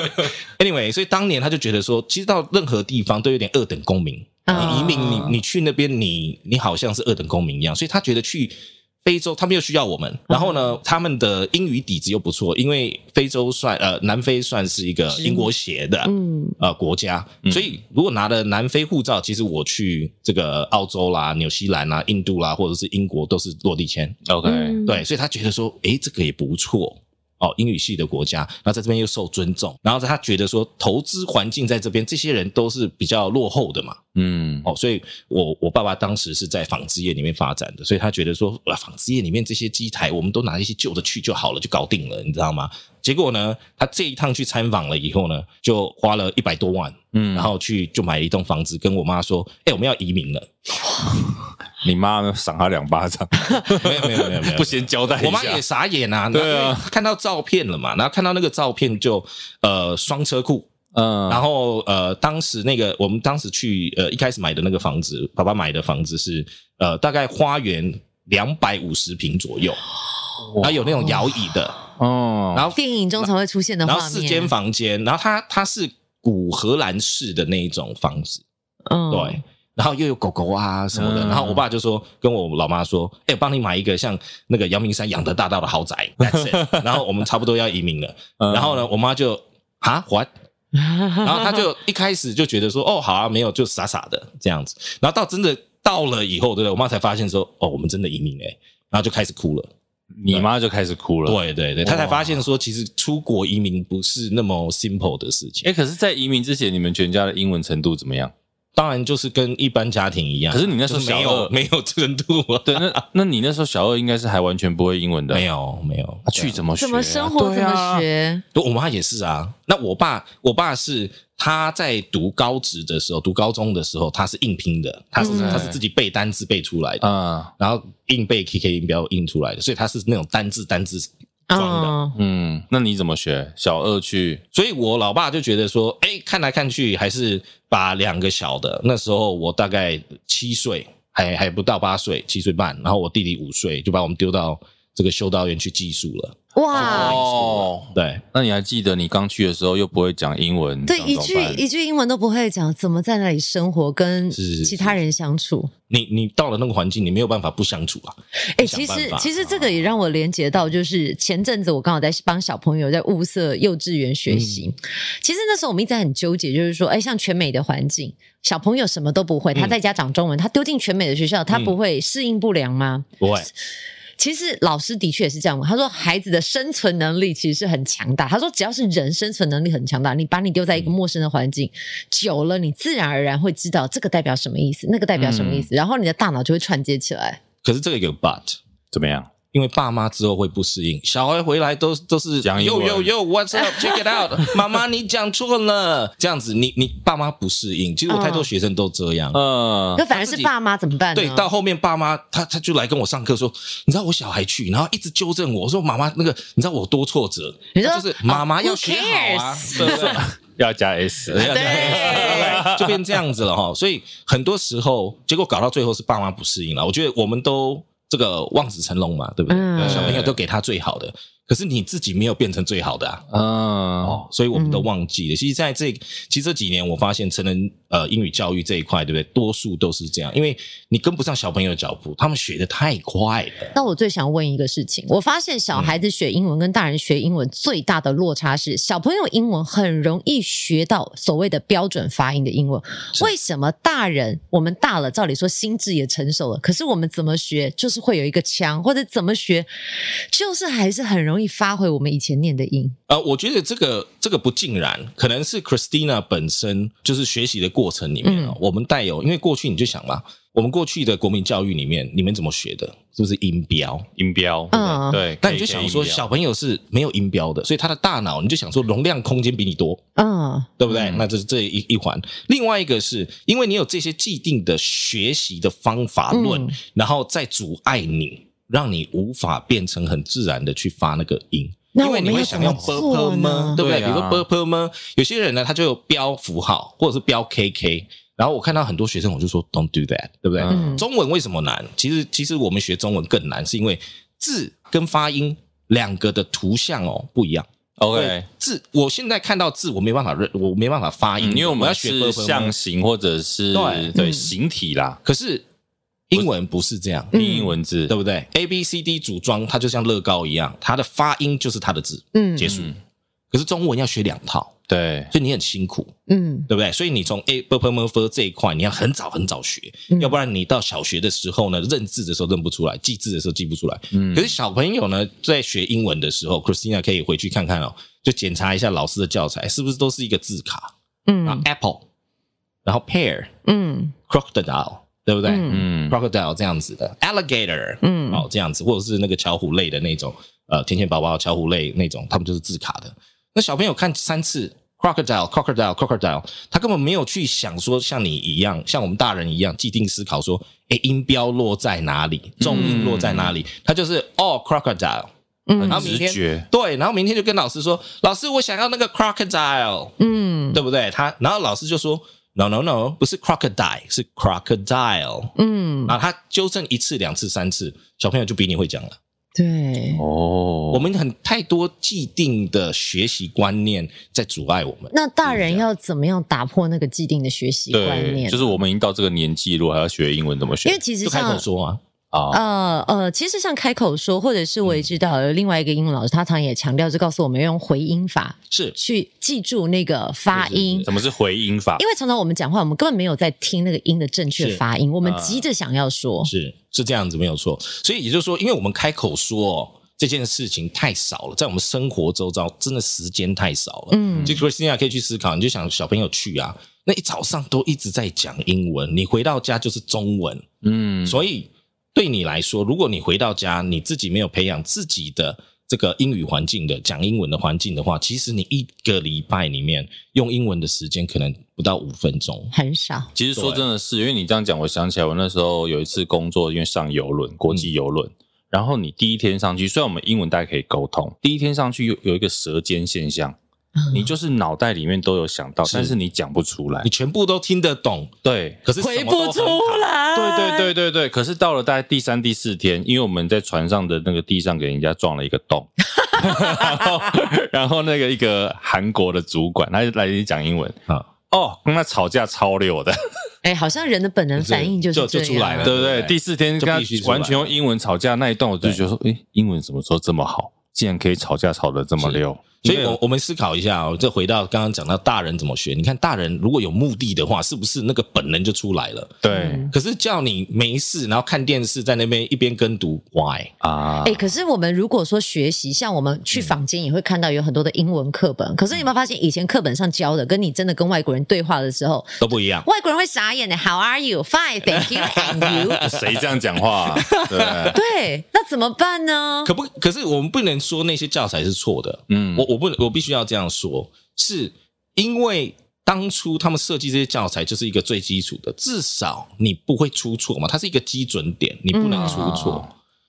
Speaker 2: anyway，所以当年他就觉得说，其实到任何地方都有点二等公民。
Speaker 3: 啊
Speaker 2: 你移民，你你去那边，你你好像是二等公民一样，所以他觉得去非洲，他们又需要我们。然后
Speaker 3: 嗯
Speaker 2: 呢，他们的英语底子又不错，因为非洲算呃南非算是一个
Speaker 3: 殖民
Speaker 2: 英国协的
Speaker 3: 嗯
Speaker 2: 呃国家，所以如果拿了南非护照，其实我去这个澳洲啦、纽西兰啦、印度啦，或者是英国都是落地签。
Speaker 1: ，OK，
Speaker 3: 嗯
Speaker 2: 对，所以他觉得说，诶，这个也不错哦，英语系的国家，然后在这边又受尊重，然后他觉得说，投资环境在这边，这些人都是比较落后的嘛，
Speaker 1: 嗯，
Speaker 2: 哦，所以我我爸爸当时是在纺织业里面发展的，所以他觉得说，啊，纺织业里面这些机台，我们都拿一些旧的去就好了，就搞定了，你知道吗？结果呢，他这一趟去参访了以后呢，就花了一百多万，
Speaker 1: 嗯
Speaker 2: 然后去就买了一栋房子，跟我妈说，哎、我们要移民了，
Speaker 1: 你妈呢赏他两巴掌，
Speaker 2: 没有没有没有没有 没 有，
Speaker 1: 不先交代一下，
Speaker 2: 我妈也傻眼啊，
Speaker 1: 对啊，
Speaker 2: 看到照片了嘛，然后看到那个照片就呃双车库，
Speaker 1: 嗯，
Speaker 2: 然后呃当时那个我们当时去呃一开始买的那个房子，爸爸买的房子是呃大概花园两百五十平左右，然后有那种摇椅的，
Speaker 1: 哦，
Speaker 2: 然后
Speaker 3: 电影中才会出现的
Speaker 2: 然后
Speaker 3: 画
Speaker 2: 四间
Speaker 3: 面，
Speaker 2: 房间，然后它它是古荷兰式的那一种房子，
Speaker 3: 嗯，
Speaker 2: 对，然后又有狗狗啊什么的。
Speaker 1: 嗯
Speaker 2: 然后我爸就说跟我老妈说：“哎、我帮你买一个像那个阳明山养德大道的豪宅。”That's it。然后我们差不多要移民了。
Speaker 1: 嗯
Speaker 2: 然后呢，我妈就啊 what？
Speaker 3: 然
Speaker 2: 然后她就一开始就觉得说：“哦，好啊，没有，就傻傻的这样子。”然后到真的到了以后，对不对？我妈才发现说：“哦，我们真的移民哎、然后就开始哭了。
Speaker 1: 嗯你妈就开始哭了。，
Speaker 2: 对对对，她才发现说，其实出国移民不是那么 simple 的事情。
Speaker 1: 哎、可是，在移民之前，你们全家的英文程度怎么样？
Speaker 2: 当然就是跟一般家庭一样，
Speaker 1: 可是你那时候
Speaker 2: 就是没
Speaker 1: 小二
Speaker 2: 有没有程度啊，
Speaker 1: 对，那那你那时候小二应该是还完全不会英文的，
Speaker 2: 没
Speaker 1: 有、
Speaker 2: 有没有
Speaker 1: 啊、去怎么学啊、
Speaker 3: 怎么生活怎
Speaker 1: 对啊
Speaker 3: 么？学？
Speaker 2: 对我妈也是啊。那我爸，我爸是他在读高职的时候，读高中的时候，他是硬拼的，他是、
Speaker 3: 嗯
Speaker 2: 他是自己背单字背出来的，
Speaker 1: 啊，
Speaker 2: 然后硬背 K K 音标印出来的，所以他是那种单字单字装的。哦
Speaker 3: 嗯，
Speaker 1: 嗯，那你怎么学？小二去，
Speaker 2: 所以我老爸就觉得说，哎、看来看去还是把两个小的，那时候我大概七岁，还还不到八岁，七岁半，然后我弟弟五岁，就把我们丢到这个修道院去寄宿了。
Speaker 3: 哇，
Speaker 1: 哦，
Speaker 2: 对，
Speaker 1: 那你还记得你刚去的时候又不会讲英文，
Speaker 3: 对，
Speaker 1: 想
Speaker 3: 一
Speaker 1: 怎么
Speaker 3: 句
Speaker 1: 办
Speaker 3: 一句英文都不会讲，怎么在那里生活，跟
Speaker 2: 是是是
Speaker 3: 其他人相处？
Speaker 2: 你你到了那个环境，你没有办法不相处啊。
Speaker 3: 哎、
Speaker 2: 想
Speaker 3: 其实
Speaker 2: 办法啊
Speaker 3: 其实这个也让我连接到，就是前阵子我刚好在帮小朋友在物色幼稚园
Speaker 2: 嗯
Speaker 3: 学习。其实那时候我们一直在很纠结，就是说，哎、像全美的环境，小朋友什么都不会，
Speaker 2: 嗯
Speaker 3: 他在家讲中文，他丢进全美的学校，他不会适应不良吗？
Speaker 2: 不会，
Speaker 3: 其实老师的确也是这样，他说孩子的生存能力其实是很强大。他说只要是人生存能力很强大，你把你丢在
Speaker 2: 嗯
Speaker 3: 一个陌生的环境、久了，你自然而然会知道这个代表什么意思，那个代表什么意
Speaker 2: 嗯
Speaker 3: 思，然后你的大脑就会串接起来。
Speaker 2: 可是这个有 but，
Speaker 1: 怎么样？
Speaker 2: 因为爸妈之后会不适应，小孩回来都都是
Speaker 1: 讲英文
Speaker 2: yo yo yo，what's up，check it out，妈妈你讲错了，这样子你你爸妈不适应。其实我太多学生都这样。
Speaker 3: 哦
Speaker 1: 嗯、
Speaker 3: 可反而
Speaker 2: 啊他自
Speaker 3: 是
Speaker 2: 己
Speaker 3: 爸妈怎么办呢？
Speaker 2: 对，到后面爸妈他他就来跟我上课说，你知道我小孩去，然后一直纠正我说妈妈那个，你知道我多挫折，
Speaker 3: 你说
Speaker 2: 他就是妈妈要
Speaker 3: who
Speaker 2: 学好啊，
Speaker 3: cares？
Speaker 2: 对不对？
Speaker 1: 要加 S，
Speaker 2: 对啊
Speaker 3: 对
Speaker 2: 就变这样子了哈。所以很多时候，结果搞到最后是爸妈不适应了。我觉得我们都这个望子成龙嘛，对不对？
Speaker 3: 嗯
Speaker 2: 小朋友都给他最好的，可是你自己没有变成最好的啊。
Speaker 1: 嗯，
Speaker 2: 哦，所以我们都忘记了。其实，在这其实这几年，我发现成人呃英语教育这一块，对不对？多数都是这样，因为你跟不上小朋友的脚步，他们学的太快了。
Speaker 3: 那我最想问一个事情，我发现小
Speaker 2: 嗯
Speaker 3: 孩子学英文跟大人学英文最大的落差是，小朋友英文很容易学到所谓的标准发音的英文，为什么大人我们大了，照理说心智也成熟了，可是我们怎么学就是会有一个腔，或者怎么学就是还是很容易发回我们以前念的音？
Speaker 2: 呃，我觉得这个这个不尽然，可能是 Christina 本身就是学习的过程里面啊、我们带有，因为过去你就想嘛，我们过去的国民教育里面，你们怎么学的？是不是音标？
Speaker 1: 音标，
Speaker 3: 嗯
Speaker 1: 对，可
Speaker 2: 那你
Speaker 1: 以
Speaker 2: 就
Speaker 1: 给
Speaker 2: 想
Speaker 1: 音
Speaker 2: 说，
Speaker 1: 标
Speaker 2: 小朋友是没有音标的，所以他的大脑，你就想说容量空间比你多，
Speaker 3: 嗯
Speaker 2: 对不对？
Speaker 1: 嗯
Speaker 2: 那这是这一一环。另外一个是因为你有这些既定的学习的方法论，
Speaker 3: 嗯
Speaker 2: 然后再阻碍你，让你无法变成很自然的去发那个音。
Speaker 3: 那
Speaker 2: 因为你
Speaker 3: 我们
Speaker 2: 会
Speaker 3: 要
Speaker 2: 想要
Speaker 3: 怎么
Speaker 2: b
Speaker 3: 做
Speaker 2: p
Speaker 3: 呢
Speaker 2: m，对不对？
Speaker 1: 对
Speaker 2: 比
Speaker 1: 啊
Speaker 2: 如说 b p m，有些人呢他就有标符号或者是标 kk，然后我看到很多学生我就说 don't do that，对不对？
Speaker 1: 嗯
Speaker 2: 中文为什么难？其实其实我们学中文更难，是因为字跟发音两个的图像哦不一样。
Speaker 1: OK，
Speaker 2: 字，我现在看到字，我没办法认，我没办法发
Speaker 1: 嗯
Speaker 2: 音，
Speaker 1: 因为我
Speaker 2: 要
Speaker 1: 们
Speaker 2: 学
Speaker 1: 是
Speaker 2: purple 吗
Speaker 1: 象形或者是
Speaker 2: 对
Speaker 1: 对
Speaker 3: 嗯
Speaker 1: 形体啦，
Speaker 2: 可是英文不是这样，
Speaker 3: 嗯
Speaker 1: 拼音文字
Speaker 2: 对不对？A B C D 组装，它就像乐高一样，它的发音就是它的字，
Speaker 3: 嗯
Speaker 2: 结束
Speaker 1: 嗯。
Speaker 2: 可是中文要学两套，
Speaker 1: 对，
Speaker 2: 所以你很辛苦，
Speaker 3: 嗯
Speaker 2: 对不对？所以你从 A b p m f 这一块，你要很早很早学，
Speaker 3: 嗯
Speaker 2: 要不然你到小学的时候呢，认字的时候认不出来，记字的时候记不出来。
Speaker 1: 嗯
Speaker 2: 可是小朋友呢，在学英文的时候，Christina 可以回去看看哦，就检查一下老师的教材哎是不是都是一个字卡，然
Speaker 3: 嗯
Speaker 2: 后 apple，然后 pear。
Speaker 3: 嗯
Speaker 2: crocodile，对不对？
Speaker 3: 嗯
Speaker 1: 嗯
Speaker 2: crocodile 这样子的，alligator，
Speaker 3: 嗯
Speaker 2: 哦这样子，或者是那个巧虎类的那种，呃，天线宝宝、巧虎类那种，他们就是字卡的。那小朋友看三次 crocodile crocodile crocodile，他根本没有去想说像你一样，像我们大人一样既定思考说，诶，音标落在哪里，重音落在哪里，他就是哦 crocodile，然
Speaker 3: 嗯
Speaker 1: 很
Speaker 2: 后明
Speaker 1: 直
Speaker 2: 天
Speaker 1: 觉，
Speaker 2: 对，然后明天就跟老师说，老师我想要那个 crocodile，
Speaker 3: 嗯
Speaker 2: 对不对？他然后老师就说 no no no，不是 crocodile，是 crocodile。
Speaker 3: 嗯
Speaker 2: 然后他纠正一次、两次、三次，小朋友就比你会讲了。
Speaker 3: 对，
Speaker 1: 哦，
Speaker 2: 我们很太多既定的学习观念在阻碍我们。
Speaker 3: 那大人要怎么样打破那个既定的学习观
Speaker 1: 对，
Speaker 3: 念？
Speaker 1: 就是我们已经到这个年纪，如果还要学英文，怎么学
Speaker 3: 因为其实
Speaker 2: 就开
Speaker 3: 像
Speaker 2: 口说啊，
Speaker 1: 啊？
Speaker 3: 呃呃，其实像开口说，或者是我也知道有另外一个英文老师，他常也强调，就告诉我们要用回音法
Speaker 2: 是
Speaker 3: 去记住那个发音。
Speaker 1: 什么是回音法
Speaker 3: 因？为常常我们讲话，我们根本没有在听那个音的正确
Speaker 2: 是
Speaker 3: 发音，我们
Speaker 1: 啊
Speaker 3: 急着想要说，
Speaker 2: 是是这样子，没有错。所以也就是说，因为我们开口说、哦、这件事情太少了，在我们生活周遭真的时间太少了。
Speaker 3: 嗯，
Speaker 2: 就 Christina 可以去思考，你就想小朋友去啊，那一早上都一直在讲英文，你回到家就是中文，
Speaker 1: 嗯，
Speaker 2: 所以对你来说，如果你回到家你自己没有培养自己的这个英语环境的讲英文的环境的话，其实你一个礼拜里面用英文的时间可能不到五分钟。
Speaker 3: 很少。
Speaker 1: 其实说
Speaker 2: 对
Speaker 1: 真的是，因为你这样讲，我想起来，我那时候有一次工作，因为上游轮，国际游轮。然后你第一天上去，虽然我们英文大家可以沟通，第一天上去有有一个舌尖现象，你就是脑袋里面都有想到，
Speaker 2: 是
Speaker 1: 但是你讲不出来
Speaker 2: 你。全部都听得懂，
Speaker 1: 对，
Speaker 2: 可是
Speaker 3: 回不出来，
Speaker 1: 对对对对对。可是到了大概第三、第四天，因为我们在船上的那个地上给人家撞了一个洞，然后然后那个一个韩国的主管，他就来讲英文，
Speaker 2: 啊，
Speaker 1: 哦，跟他吵架超溜 的。
Speaker 3: 哎，好像人的本能反应就是
Speaker 2: 就就
Speaker 3: 这
Speaker 2: 出来
Speaker 3: 样
Speaker 2: 了
Speaker 1: 对不对？
Speaker 2: 对
Speaker 1: 第四天跟他
Speaker 2: 就必须出来
Speaker 1: 完全用英文吵架那一段，我就觉得说，诶，英文什么时候这么好？竟然可以吵架吵得这么溜，
Speaker 2: 所以，我我们思考一下哦，这回到刚刚讲到大人怎么学。你看，大人如果有目的的话，是不是那个本能就出来了？
Speaker 1: 对
Speaker 2: 可是嗯叫你没事，然后看电视，在那边一边跟读，why？
Speaker 1: 啊。
Speaker 3: 哎、，可是我们如果说学习，像我们去坊间也会看到有很多的英文课本，可是你有没有发现，以前课本上教的，跟你真的跟外国人对话的时候，
Speaker 2: 都不一样。
Speaker 3: 外国人会傻眼的，How are you? Fine, thank you, and you
Speaker 1: 谁这样讲话 啊？对不对，
Speaker 3: 对，那怎么办呢？
Speaker 2: 可不，可是我们不能说那些教材是错的。
Speaker 1: 嗯，
Speaker 2: 我我不能，我必须要这样说，是因为当初他们设计这些教材就是一个最基础的，至少你不会出错嘛，它是一个基准点，你不能出错。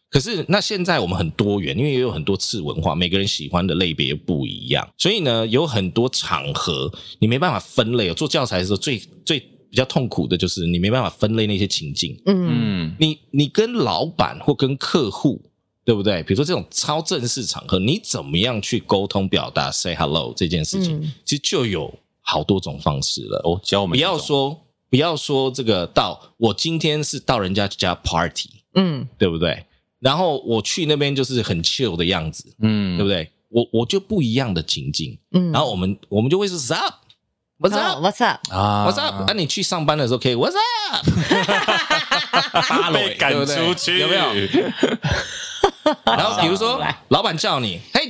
Speaker 2: 可是那现在我们很多元，因为也有很多次文化，每个人喜欢的类别不一样，所以呢，有很多场合你没办法分类哦。做教材的时候最最比较痛苦的就是你没办法分类那些情境。
Speaker 3: 嗯，
Speaker 1: 嗯
Speaker 2: 你你跟老板或跟客户，对不对？比如说这种超正式场合，你怎么样去沟通表达 say hello 这件事情，
Speaker 3: 嗯
Speaker 2: 其实就有好多种方式了。
Speaker 1: 哦，教我们
Speaker 2: 不要说不要说这个到我今天是到人家家 party，
Speaker 3: 嗯，
Speaker 2: 对不对？然后我去那边就是很 chill 的样子，
Speaker 1: 嗯，
Speaker 2: 对不
Speaker 1: 对？
Speaker 2: 对？我我就不一样的情境，
Speaker 3: 嗯
Speaker 2: 然后我们我们就会是 what's up，what's
Speaker 3: Oh,
Speaker 2: up，what's
Speaker 3: What's up？
Speaker 1: 啊
Speaker 2: up？那、你去上班的时候可以 what's up？
Speaker 1: 大
Speaker 2: 被赶出去
Speaker 1: 有没有？
Speaker 2: 然后比如说，老板叫你，Hey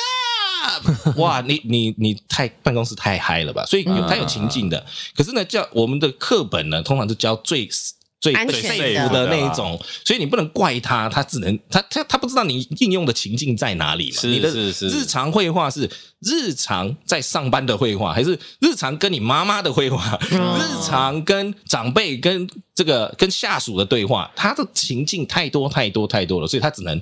Speaker 2: Dale，What's up？哇， 你你你太办公室太嗨了吧？所以有
Speaker 1: 嗯
Speaker 2: 它有情境的。可是呢，教我们的课本呢，通常是教最最
Speaker 3: 安
Speaker 2: 最
Speaker 3: 全的
Speaker 2: safe 的那一种，所以你不能怪他，他只能他他他不知道你应用的情境在哪里嘛？
Speaker 1: 是
Speaker 2: 你的
Speaker 1: 是是
Speaker 2: 日常绘画是日常在上班的绘画，还是日常跟你妈妈的绘画？
Speaker 3: 嗯
Speaker 2: 日常跟长辈、跟这个跟下属的对话，他的情境太多太多太多了，所以他只能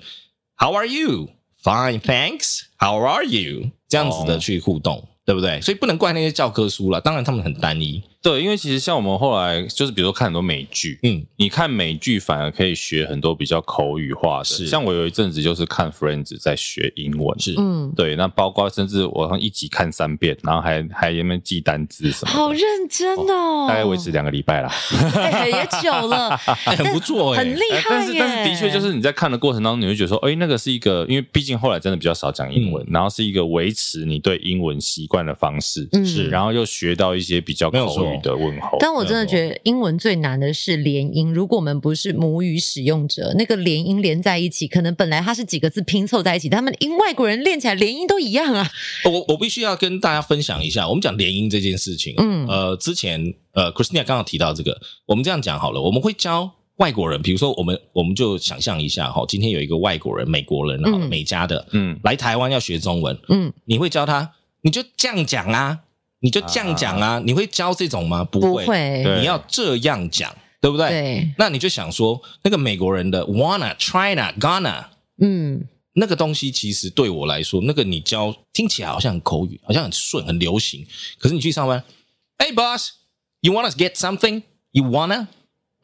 Speaker 2: How are you? Fine, thanks. How are you? 这样子的去互动，对不对？所以不能怪那些教科书了，当然他们很单一。
Speaker 1: 对，因为其实像我们后来就是，比如说看很多美剧，
Speaker 2: 嗯，
Speaker 1: 你看美剧反而可以学很多比较口语化的，
Speaker 2: 是
Speaker 1: 像我有一阵子就是看 Friends 在学英文，
Speaker 2: 是
Speaker 3: 嗯，
Speaker 1: 对，那包括甚至我好像一集看三遍，然后还还有没记单字什么
Speaker 3: 好
Speaker 1: 的，
Speaker 3: 认真哦，
Speaker 1: 大概维持两个礼拜啦。
Speaker 3: 哎也久了，
Speaker 2: 哎很不错哎、
Speaker 3: 很厉
Speaker 1: 呃
Speaker 3: 害
Speaker 1: 但
Speaker 3: 耶。
Speaker 1: 是但是的确就是你在看的过程当中，你会觉得说，哎、那个是一个，因为毕竟后来真的比较少讲英
Speaker 2: 嗯
Speaker 1: 文，然后是一个维持你对英文习惯的方式，
Speaker 3: 嗯
Speaker 2: 是
Speaker 1: 然后又学到一些比较
Speaker 2: 没有
Speaker 1: 口语
Speaker 2: 错
Speaker 1: 的问
Speaker 2: 哦
Speaker 1: 候。
Speaker 3: 但我真的
Speaker 2: 没
Speaker 3: 觉得英文最难的是连音。如果我们不是母语使用者，那个连音连在一起，可能本来它是几个字拼凑在一起，他们英外国人练起来连音都一样啊。
Speaker 2: 我我必须要跟大家分享一下，我们讲联姻这件事情，
Speaker 3: 嗯
Speaker 2: 呃，之前呃，Christina 刚好提到这个，我们这样讲好了，我们会教外国人，比如说我们我们就想象一下哈，今天有一个外国人，美国人啊，
Speaker 3: 嗯
Speaker 2: 美加的
Speaker 1: 嗯，
Speaker 2: 来台湾要学中文，
Speaker 3: 嗯，
Speaker 2: 你会教他，你就这样讲啊，你就这样讲啊，你会教这种吗？不
Speaker 3: 不
Speaker 2: 会，
Speaker 3: 会，
Speaker 1: 对
Speaker 2: 你要这样讲，对不对？
Speaker 3: 对，
Speaker 2: 那你就想说，那个美国人的 wanna、China、Ghana
Speaker 3: 嗯，
Speaker 2: 那个东西其实对我来说，那个你教听起来好像很口语，好像很顺，很流行。可是你去上班，Hey boss, you wanna get 嗯 something? You wanna？、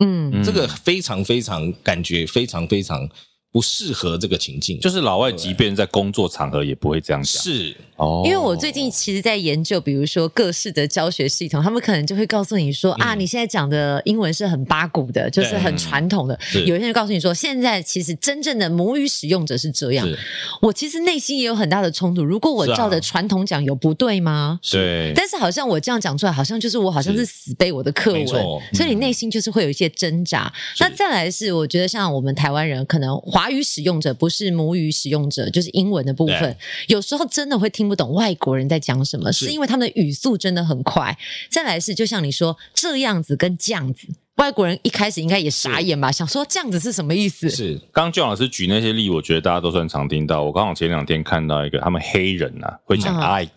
Speaker 3: 嗯，
Speaker 1: 嗯
Speaker 2: 这个非常非常感觉非常非常不适合这个情境，
Speaker 1: 就是老外即便在工作场合也不会这样讲。
Speaker 2: 是
Speaker 1: 哦
Speaker 3: 因为我最近其实，在研究，比如说各式的教学系统，他们可能就会告诉你说、啊，
Speaker 2: 嗯
Speaker 3: 你现在讲的英文是很八股的，就是很传统的。
Speaker 2: 是
Speaker 3: 有一些人告诉你说，现在其实真正的母语使用者是这样
Speaker 2: 是。
Speaker 3: 我其实内心也有很大的冲突。如果我
Speaker 2: 是啊
Speaker 3: 照着传统讲，有不对吗？
Speaker 1: 对，
Speaker 3: 但是好像我这样讲出来，好像就是我好像是
Speaker 2: 是
Speaker 3: 死背我的课文，
Speaker 2: 没错嗯
Speaker 3: 所以你内心就是会有一些挣扎。那再来是，我觉得像我们台湾人，可能华语使用者不是母语使用者，就是英文的部分
Speaker 2: 对，
Speaker 3: 有时候真的会听不懂外国人在讲什么，
Speaker 2: 是
Speaker 3: 是因为他们的语速真的很快。再来是，就像你说这样子跟这样子，外国人一开始应该也傻眼吧，想说这样子是什么意思？
Speaker 2: 是
Speaker 1: 刚俊老师举那些例，我觉得大家都算常听到。我刚好前两天看到一个，他们黑人啊会讲
Speaker 3: 嗯
Speaker 1: it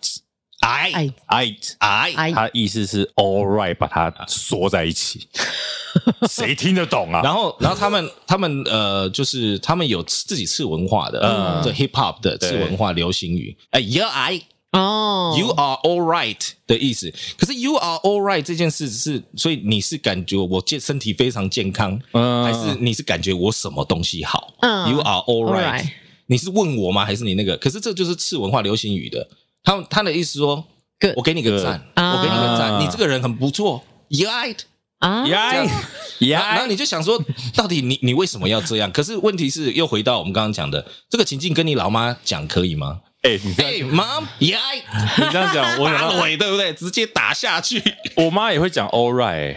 Speaker 2: 矮
Speaker 3: 哎
Speaker 1: it，
Speaker 2: 矮，
Speaker 3: 哎，
Speaker 1: 他意思是 all right，把它缩在一 起，谁听得懂啊？
Speaker 2: 然后然后他 们他们呃，就是他们有自己次文化的，
Speaker 1: 嗯
Speaker 2: 嗯，这 hip hop 的
Speaker 1: 对 Oh
Speaker 2: 次文化流行语，哎，you I
Speaker 3: 哦
Speaker 2: you are all right 的意思，可是 you are all right 这件事是，所以你是感觉我健身体非常健康，
Speaker 1: 嗯
Speaker 2: 还是你是感觉我什么东西好？
Speaker 3: 嗯
Speaker 2: You are all
Speaker 3: All
Speaker 2: right
Speaker 3: right。
Speaker 2: 你是问我吗？还是你那个？可是这就是次文化流行语的。他他的意思说
Speaker 3: Good，
Speaker 2: 我给你个赞，
Speaker 3: 啊
Speaker 2: 我给你个赞，
Speaker 1: 啊
Speaker 2: 你这个人很不错。You right，
Speaker 3: 啊，
Speaker 1: 呀
Speaker 2: 然
Speaker 1: 呀
Speaker 2: 后，你就想 说，到底你你为什么要这样？可是问题是，又回到我们刚刚讲的，这个情境跟你老妈讲可以吗？
Speaker 1: 哎，你这样
Speaker 2: 哎妈，You right，
Speaker 1: 你这样 讲，我想
Speaker 2: 打
Speaker 1: 到
Speaker 2: 尾对不对？直接打下去。
Speaker 1: 我妈也会讲 all right，欸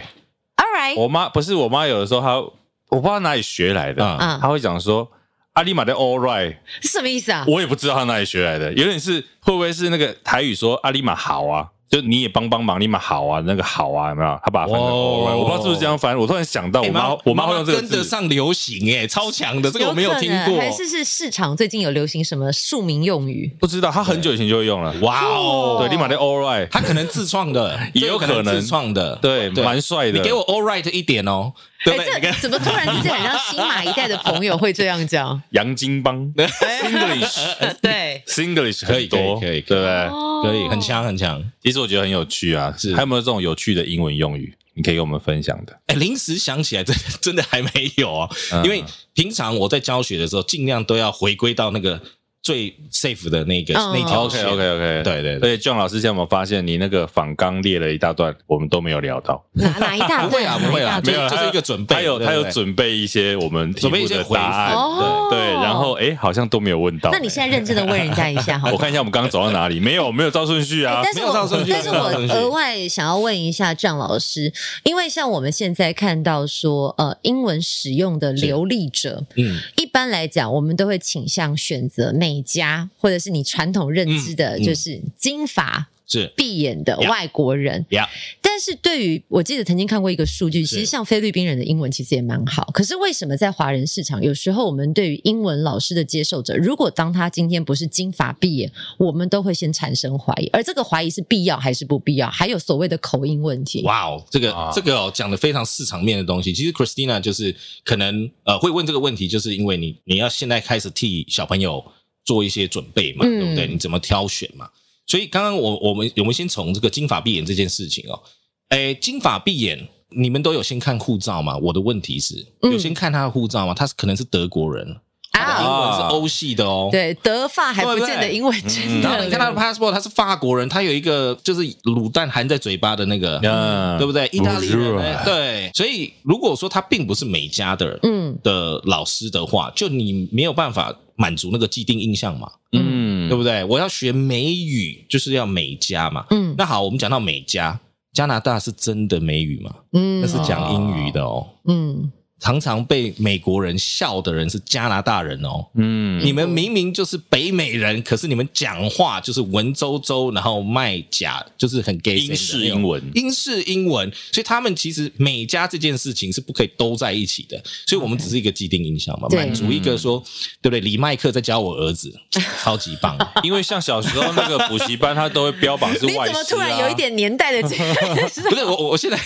Speaker 3: 哎 All
Speaker 2: 哦
Speaker 3: right，
Speaker 1: 我妈不是我妈，有的时候她我不知道哪里学来的，
Speaker 2: 嗯
Speaker 1: 她会讲说。阿里玛的 all right，
Speaker 3: 是什么意思啊？
Speaker 1: 我也不知道她哪里学来的，有点是会不会是那个台语说阿里玛好啊，就你也帮帮忙，你玛好啊，那个好啊，有没有？她把它翻成 all
Speaker 2: 哦
Speaker 1: right，我不知道是不是这样翻。我突然想到，我
Speaker 2: 哎
Speaker 1: 妈我妈会用这个
Speaker 2: 跟得
Speaker 1: 字，
Speaker 2: 上流行，哎，超强的，这个我没有听
Speaker 3: 可能
Speaker 2: 过。
Speaker 3: 还是是市场最近有流行什么庶民用语？
Speaker 1: 不知道她很久以前就会用了。
Speaker 2: 哇
Speaker 3: 哦
Speaker 2: 哦，
Speaker 1: 对，立马的 all right，
Speaker 2: 他可能自创的，
Speaker 1: 也有
Speaker 2: 这个可
Speaker 1: 可能
Speaker 2: 自创的，
Speaker 1: 对，蛮帅的。？
Speaker 2: 你给我 all right 一点哦，对不
Speaker 3: 哎
Speaker 2: 对？你
Speaker 3: 这
Speaker 2: 跟
Speaker 3: 怎么突然之间很像新马一代的朋友会这样讲
Speaker 1: 洋金帮 English
Speaker 3: 对，
Speaker 1: English
Speaker 2: 可
Speaker 1: 很
Speaker 2: 以
Speaker 1: 多，
Speaker 2: 哎可以可以
Speaker 1: 对不对？
Speaker 3: 哦
Speaker 2: 可以很。强很强。
Speaker 1: 其实我觉得很有趣啊，
Speaker 2: 是
Speaker 1: 还有没有这种有趣的英文用语，你可以跟我们分享的？
Speaker 2: 哎，临时想起来，真的真的还没有哦，
Speaker 1: 嗯
Speaker 2: 因为平常我在教学的时候，尽量都要回归到那个最 safe 的那个
Speaker 3: 嗯
Speaker 2: 那条
Speaker 1: OK
Speaker 2: 线。
Speaker 1: OK OK，
Speaker 2: 对对对，
Speaker 1: 对，John 老师，现在有没有发现你那个访纲列了一大段，我们都没有聊到？
Speaker 3: 哪哪一大
Speaker 2: 不会啊
Speaker 3: 段
Speaker 2: 不会
Speaker 3: 哪
Speaker 2: 啊，
Speaker 3: 一大
Speaker 2: 没
Speaker 3: 段
Speaker 2: 有，就是一个准备。
Speaker 1: 他有他有
Speaker 2: 对不对
Speaker 1: 准备一些我们题
Speaker 2: 准备
Speaker 1: 目
Speaker 2: 一些
Speaker 1: 的
Speaker 2: 回
Speaker 1: 答案，
Speaker 2: 复
Speaker 3: 哦
Speaker 1: 对，然后哎，好像都没有问到。
Speaker 3: 那你现在认真的问人家一下好
Speaker 1: 我
Speaker 3: 不好？
Speaker 1: 看一下我们刚刚走到哪里？没有没有照顺序啊
Speaker 3: 哎，但是
Speaker 2: 没有
Speaker 3: 我
Speaker 2: 照顺序
Speaker 3: 但是
Speaker 2: 没有照顺序
Speaker 3: 我额外想要问一下张老师，因为像我们现在看到说，呃，英文使用的流利者，
Speaker 2: 嗯，
Speaker 3: 一般来讲，我们都会倾向选择美加，或者是你传统认知的，
Speaker 2: 嗯嗯
Speaker 3: 就是金发
Speaker 2: 是
Speaker 3: 闭眼的
Speaker 2: Yeah
Speaker 3: 外国人。
Speaker 2: 呀，
Speaker 3: 但是对于我记得曾经看过一个数据，其实像菲律宾人的英文其实也蛮好，可是为什么在华人市场，有时候我们对于英文老师的接受者，如果当他今天不是金发碧眼，我们都会先产生怀疑，而这个怀疑是必要还是不必要，还有所谓的口音问题。
Speaker 2: 哇哦，这个、
Speaker 1: 啊
Speaker 2: 这个哦，讲的非常市场面的东西。其实 Christina 就是可能呃会问这个问题，就是因为你你要现在开始替小朋友做一些准备嘛，
Speaker 3: 嗯
Speaker 2: 对不对？你怎么挑选嘛？所以刚刚我我们我们先从这个金发碧眼这件事情哦，哎，金发碧眼，你们都有先看护照吗？我的问题是，
Speaker 3: 嗯
Speaker 2: 有先看他的护照吗？他是可能是德国人，他的英
Speaker 3: 啊，
Speaker 2: 文是欧系的哦，
Speaker 3: 对，德发还不见得
Speaker 2: 对
Speaker 3: 英文真
Speaker 2: 然后你看他
Speaker 3: 的。
Speaker 2: 的 passport，他是法国人，他有一个就是卤蛋含在嘴巴的那个，
Speaker 1: 嗯啊
Speaker 2: 对不对？意大利人呢、
Speaker 1: Bonjour
Speaker 2: 对，所以如果说他并不是美加的
Speaker 3: 嗯，
Speaker 2: 的老师的话，就你没有办法满足那个既定印象嘛，
Speaker 1: 嗯
Speaker 2: 对，不对？我要学美语，就是要美加嘛。
Speaker 3: 嗯
Speaker 2: 那好，我们讲到美加，加拿大是真的美语吗？
Speaker 3: 嗯
Speaker 2: 那是讲英语的哦。
Speaker 3: 嗯，
Speaker 2: 常常被美国人笑的人是加拿大人哦，
Speaker 1: 嗯
Speaker 2: 你们明明就是北美人，可是你们讲话就是文绉绉，然后卖假，就是很 gay
Speaker 1: 英式英文
Speaker 2: 英式英文，所以他们其实美加这件事情是不可以都在一起的，所以我们只是一个既定印象嘛，
Speaker 3: 对
Speaker 2: 满足一个说，对不对？李麦克在教我儿子，超级 棒，
Speaker 1: 因为像小时候那个补习班，他都会标榜是
Speaker 3: 你
Speaker 1: 外
Speaker 3: 怎
Speaker 1: 师、啊。
Speaker 3: 么突然有一？ 点年代的？但
Speaker 2: 不是我，我我现在
Speaker 3: 是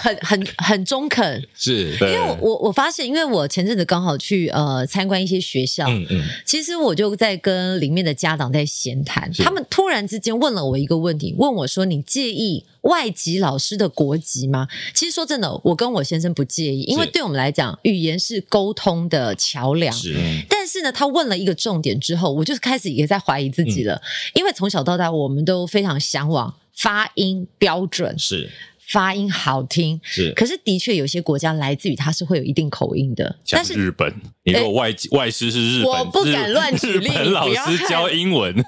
Speaker 3: 很很很中肯，
Speaker 2: 是
Speaker 1: 对
Speaker 3: 因为我我我发现，因为我前阵子刚好去呃参观一些学校，
Speaker 2: 嗯嗯，
Speaker 3: 其实我就在跟里面的家长在闲谈，
Speaker 2: 是
Speaker 3: 他们突然之间问了我一个问题，问我说：“你介意外籍老师的国籍吗？”其实说真的，我跟我先生不介意，因为
Speaker 2: 是
Speaker 3: 对我们来讲，语言是沟通的桥梁。
Speaker 2: 嗯
Speaker 1: 嗯
Speaker 2: 是
Speaker 3: 但是呢，他问了一个重点之后，我就开始也在怀疑自
Speaker 2: 嗯
Speaker 3: 己了，因为从小到大我们都非常向往发音标准、
Speaker 2: 是
Speaker 3: 发音好听，
Speaker 2: 是，
Speaker 3: 可是的确有些国家来自于它是会有一定口音的，
Speaker 1: 像
Speaker 3: 但是哎
Speaker 1: 日本，你如果外籍外师是日本，
Speaker 3: 我不敢
Speaker 1: 日
Speaker 3: 乱举例
Speaker 1: 日本老
Speaker 3: 你不要
Speaker 1: 师教英文，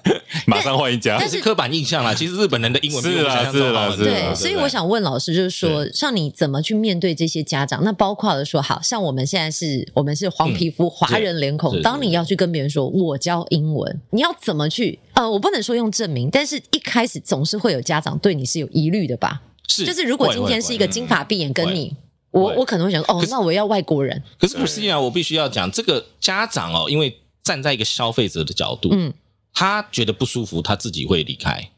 Speaker 1: 马上换一家
Speaker 3: 但
Speaker 2: 这
Speaker 3: 是
Speaker 2: 是刻板印象啦。其实日本人的英文比我们想象中好很多
Speaker 1: 是啊
Speaker 3: 对，所以我，想问老师，就是说，像你怎么去面对这些家长？那包括了说，好像我们现在是我们是黄皮肤、华人脸
Speaker 2: 是
Speaker 3: 孔，
Speaker 2: 是
Speaker 3: 当你要去跟别人说我教英文，你要怎么去？呃，我不能说用证明，但是一开始总是会有家长对你是有疑虑的吧？
Speaker 2: 是
Speaker 3: 就是如果今天是一个金发碧眼跟你，我
Speaker 2: 会
Speaker 3: 我可能会想说，哦，那我要外国人，
Speaker 2: 可是不是啊，我必须要讲这个家长哦，因为站在一个消费者的角度，
Speaker 3: 嗯，
Speaker 2: 他觉得不舒服，他自己会离开，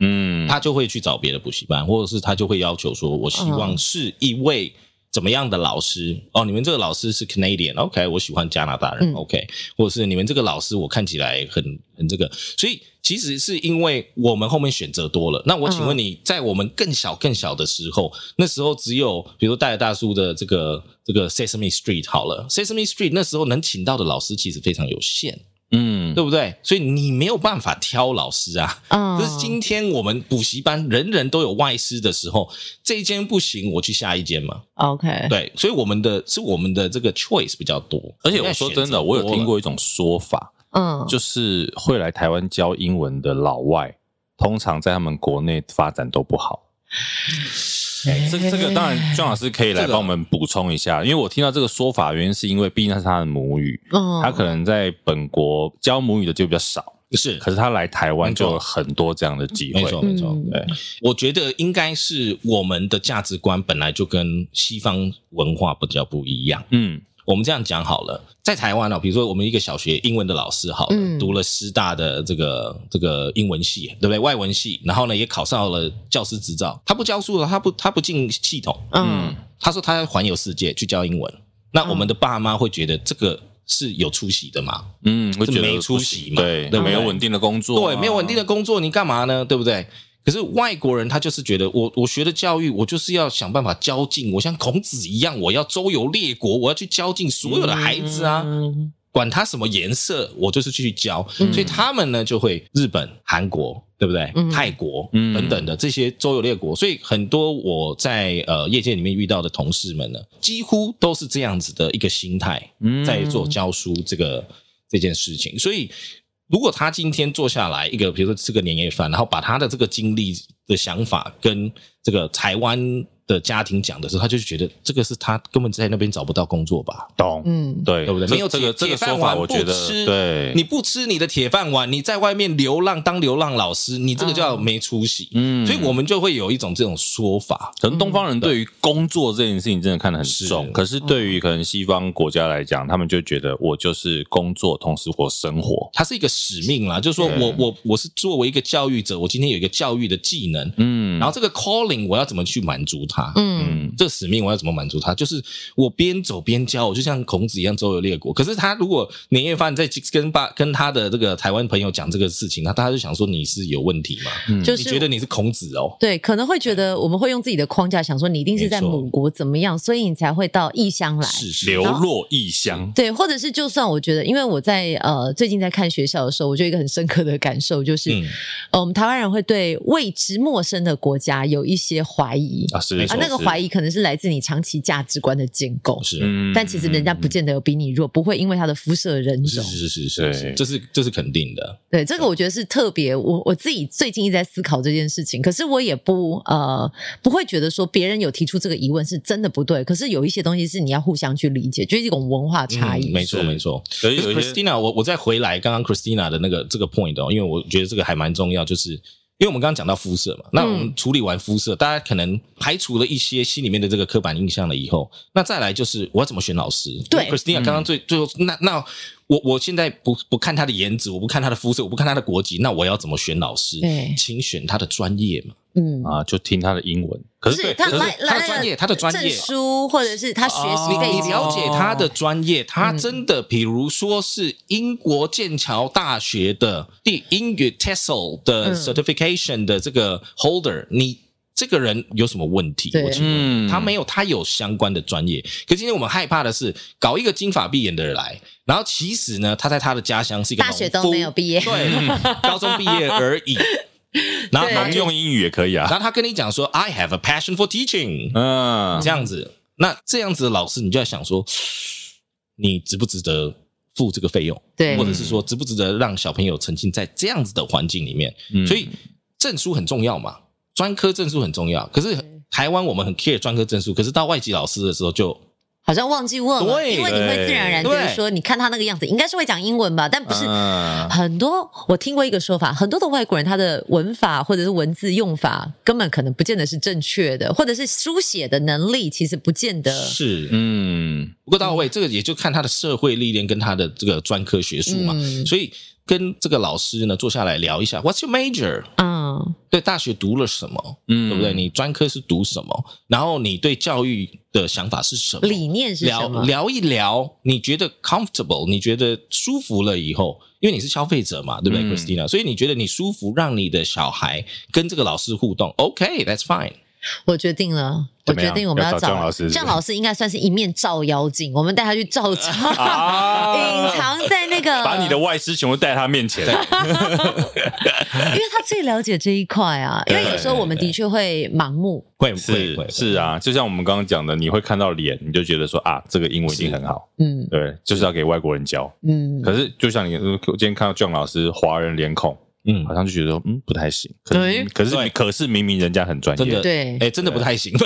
Speaker 1: 嗯，
Speaker 2: 他就会去找别的补习班，或者是他就会要求说，我希望是一位怎么样的老师哦，你们这个老师是 Canadian，OK，、我喜欢加拿大人、
Speaker 3: 嗯
Speaker 2: o k 或者是你们这个老师我看起来很很这个，所以其实是因为我们后面选择多了。那我请问你，在我们更小更小的时候，那时候只有比如说戴尔大叔的这个这个 Sesame Street 好了，Sesame Street 那时候能请到的老师其实非常有限，
Speaker 1: 嗯
Speaker 2: 对不对？所以你没有办法挑老师啊。
Speaker 3: 嗯，
Speaker 2: 就是今天我们补习班人人都有外师的时候，这一间不行，我去下一间嘛。
Speaker 3: OK，
Speaker 2: 对，所以我们的是我们的这个 choice 比较多。
Speaker 1: 而且我说真的，我有听过一种说法，
Speaker 3: 嗯，
Speaker 1: 就是会来台湾教英文的老外，通常在他们国内发展都不好。哎，这 这个当然，庄老师可以来
Speaker 2: 这个
Speaker 1: 帮我们补充一下，因为我听到这个说法，原因是因为毕竟那是他的母语，
Speaker 3: 嗯
Speaker 1: 他可能在本国教母语的就比较少，
Speaker 2: 是，
Speaker 1: 可是他来台湾
Speaker 2: 没错
Speaker 1: 就有很多这样的机会
Speaker 2: 没。错没错。
Speaker 3: 嗯
Speaker 2: 对，我觉得应该是我们的价值观本来就跟西方文化比较不一样。
Speaker 1: 嗯
Speaker 2: 我们这样讲好了，在台湾哦呢、比如说我们一个小学英文的老师好了，
Speaker 3: 嗯
Speaker 2: 读了师大的这个这个英文系，对不对？外文系，然后呢也考上了教师执照，他不教书了，他不他不进系统，
Speaker 3: 嗯
Speaker 2: 他说他要环游世界去教英文，那我们的爸妈会觉得这个是有出息的嘛？
Speaker 1: 嗯，我
Speaker 2: 这
Speaker 1: 觉得
Speaker 2: 没出
Speaker 1: 不
Speaker 2: 息
Speaker 1: 行
Speaker 2: 嘛
Speaker 1: 对，
Speaker 2: 对不
Speaker 1: 没有
Speaker 2: 对
Speaker 1: 稳定的工作啊，
Speaker 2: 对，没有稳定的工作，你干嘛呢？对不对？可是外国人他就是觉得我我学的教育，我就是要想办法教尽，我像孔子一样，我要周游列国，我要去教尽所有的孩子啊。
Speaker 3: 嗯
Speaker 2: 管他什么颜色，我就是去教。
Speaker 3: 嗯
Speaker 2: 所以他们呢就会日本、韩国，对不对？
Speaker 3: 嗯
Speaker 2: 泰国、
Speaker 1: 嗯
Speaker 2: 等等的这些周游列国，所以很多我在呃业界里面遇到的同事们呢，几乎都是这样子的一个心态，
Speaker 1: 嗯
Speaker 2: 在做教书这个这件事情。所以，如果他今天坐下来一个，比如说吃个年夜饭，然后把他的这个经历的想法跟这个台湾的家庭讲的时候，他就觉得这个是他根本在那边找不到工作吧？
Speaker 1: 懂，
Speaker 3: 嗯
Speaker 1: 对
Speaker 2: 对不对？
Speaker 1: 这
Speaker 2: 没有
Speaker 1: 这
Speaker 2: 铁
Speaker 1: 个这
Speaker 2: 铁
Speaker 1: 个
Speaker 2: 饭
Speaker 1: 说
Speaker 2: 碗
Speaker 1: 法，我
Speaker 2: 不
Speaker 1: 觉得
Speaker 2: 吃
Speaker 1: 对，
Speaker 2: 你不吃你的铁饭碗，你在外面流浪当流浪老师，你这个叫没出息。
Speaker 1: 嗯
Speaker 2: 所以我们就会有一种这种说法，
Speaker 1: 可能东方人对于工作这件事情真的看得很
Speaker 2: 是
Speaker 1: 重，可嗯是嗯对于可能西方国家来讲，他们就觉得我就是工作，同时我生活。
Speaker 2: 它是一个使命
Speaker 1: 嗯
Speaker 2: 啦，就是说我我我是作为一个教育者，我今天有一个教育的技能，
Speaker 1: 嗯，
Speaker 2: 然后这个 calling 我要怎么去满足它？
Speaker 3: 嗯
Speaker 1: 嗯
Speaker 2: 这个使命我要怎么满足它？就是我边走边教，我就像孔子一样周游列国。可是他如果年夜饭在跟爸跟他的这个台湾朋友讲这个事情，那大家就想说你是有问题吗？
Speaker 1: 嗯
Speaker 3: 就
Speaker 2: 嗯
Speaker 3: 是
Speaker 2: 你觉得你是孔子哦？
Speaker 3: 对，可能会觉得我们会用自己的框架想说，你一定是在
Speaker 2: 没错
Speaker 3: 母国怎么样，所以你才会到异乡来。
Speaker 2: 是是
Speaker 1: 流落异乡，
Speaker 3: 对，或者是就算我觉得，因为我在呃最近在看学校的时候，我就有一个很深刻的感受，就是、
Speaker 2: 嗯
Speaker 3: 呃我们台湾人会对未知陌生的国家有一些怀疑
Speaker 1: 啊，是
Speaker 2: 没
Speaker 3: 啊
Speaker 2: 错，
Speaker 3: 那个怀
Speaker 1: 疑，
Speaker 3: 疑可能是来自你长期价值观的建构，
Speaker 2: 是
Speaker 1: 嗯
Speaker 3: 但其实人家不见得有比你弱，不会因为他的肤色人
Speaker 2: 是
Speaker 3: 种。
Speaker 2: 是是是是，
Speaker 1: 对
Speaker 2: 这是这是肯定的，
Speaker 3: 对，这个我觉得是特别，我我自己最近一直在思考这件事情，可是我也不呃不会觉得说别人有提出这个疑问是真的不对，可是有一些东西是你要互相去理解，就是一种文化差异。
Speaker 2: 嗯没错
Speaker 1: 是
Speaker 2: 没错。
Speaker 1: 所以有一些
Speaker 2: Christina，我我再回来刚刚 Christina 的那个这个 point 哦，因为我觉得这个还蛮重要，就是因为我们刚刚讲到肤色嘛，那我
Speaker 3: 嗯
Speaker 2: 们处理完肤色，大家可能排除了一些心里面的这个刻板印象了以后，那再来就是我要怎么选老师？
Speaker 3: 对
Speaker 1: 嗯
Speaker 2: 因为，Christina 刚刚最最后那那我我现在不不看他的颜值，我不看他的肤色，我不看他的国籍，那我要怎么选老师？
Speaker 3: 对
Speaker 2: 请选他的专业嘛。
Speaker 3: 嗯，
Speaker 1: 啊，就听他的英文。可是
Speaker 3: 是
Speaker 1: 对，
Speaker 3: 他
Speaker 1: 可是
Speaker 3: 来
Speaker 2: 他的
Speaker 3: 来
Speaker 2: 专
Speaker 3: 了
Speaker 2: 业他的专业啊
Speaker 3: 证书，或者是他学习背
Speaker 2: 你
Speaker 3: 景，
Speaker 2: 了解他的专业，他真的，比如说是英国剑桥大学的第英语 TESOL 的
Speaker 3: 嗯
Speaker 2: certification 的这个 holder，你这个人有什么问题？
Speaker 3: 对
Speaker 2: 我请问。
Speaker 1: 嗯
Speaker 2: 他没有，他有相关的专业。可今天我们害怕的是，搞一个金发碧眼的人来，然后其实呢，他在他的家乡是一个
Speaker 3: 大学
Speaker 2: 农
Speaker 3: 都没
Speaker 2: 夫
Speaker 3: 有毕业
Speaker 2: 对，高中毕业而已。然后
Speaker 3: 对
Speaker 2: 他
Speaker 1: 他
Speaker 2: 就，
Speaker 1: 用英语也可以
Speaker 2: 然
Speaker 1: 啊。
Speaker 2: 后他跟你讲说，I have a passion for teaching，
Speaker 1: 嗯
Speaker 2: 这，样子，那这样子的老师，你就在想说， 你值不值得付这个费用？
Speaker 3: 对
Speaker 2: 或者是说值不值得让小朋友沉浸在这样子的环境里面？
Speaker 1: 嗯
Speaker 2: 所以证书很重要嘛，专科证书很重要。可是台湾我们很 care 专科证书，可是到外籍老师的时候就
Speaker 3: 好像忘记问了，
Speaker 2: 对
Speaker 3: 因为你会自然而然就
Speaker 2: 对啊
Speaker 3: 是说，你看他那个样子，应该是会讲英文吧，但不是。
Speaker 1: 嗯
Speaker 3: 很多我听过一个说法，很多的外国人他的文法或者是文字用法根本可能不见得是正确的，或者是书写的能力其实不见得
Speaker 2: 是
Speaker 1: 嗯，
Speaker 2: 不够到位。这个也就看他的社会历练跟他的这个专科学术嘛。
Speaker 3: 嗯
Speaker 2: 所以跟这个老师呢坐下来聊一下，What's your major？
Speaker 3: 嗯
Speaker 2: 对大学读了什么？
Speaker 1: 嗯
Speaker 2: 对不对？你专科是读什么？然后你对教育的想法是什么？
Speaker 3: 理念是什
Speaker 2: 聊
Speaker 3: 么？
Speaker 2: 聊一聊，你觉得 comfortable，你觉得舒服了以后，因为你是消费者嘛，对不对、
Speaker 1: 嗯
Speaker 2: c h r i s t i n a 所以你觉得你舒服，让你的小孩跟这个老师互动，OK，that's、fine。
Speaker 3: 我决定了，我
Speaker 1: 怎么
Speaker 3: 决
Speaker 1: 样
Speaker 3: 定我们
Speaker 1: 要找
Speaker 3: 找
Speaker 1: 姜老师是不是
Speaker 3: 姜老师应该算是一面照妖镜，我们带他去照 照，
Speaker 1: 啊
Speaker 3: 隐藏在那 个，
Speaker 1: 把你的外师全部带他面前。
Speaker 3: 因为他最了解这一块 啊。因为有时候我们的确会盲目，
Speaker 2: 会会
Speaker 1: 是
Speaker 2: 会
Speaker 1: 是啊，就像我们刚刚讲的，你会看到脸，你就觉得说啊，这个英文已经很好，
Speaker 3: 嗯
Speaker 1: 对，就是要给外国人教。
Speaker 3: 嗯，
Speaker 1: 可是就像你，我今天看到 John 老师华人脸孔，
Speaker 2: 嗯
Speaker 3: 哎
Speaker 1: 好，像就觉得嗯不太行。可
Speaker 3: 对
Speaker 1: 是嗯可是
Speaker 2: 对
Speaker 1: 可是明明人家很专
Speaker 2: 真
Speaker 1: 业
Speaker 2: 的，
Speaker 3: 对啊
Speaker 2: 哎，真的不太行。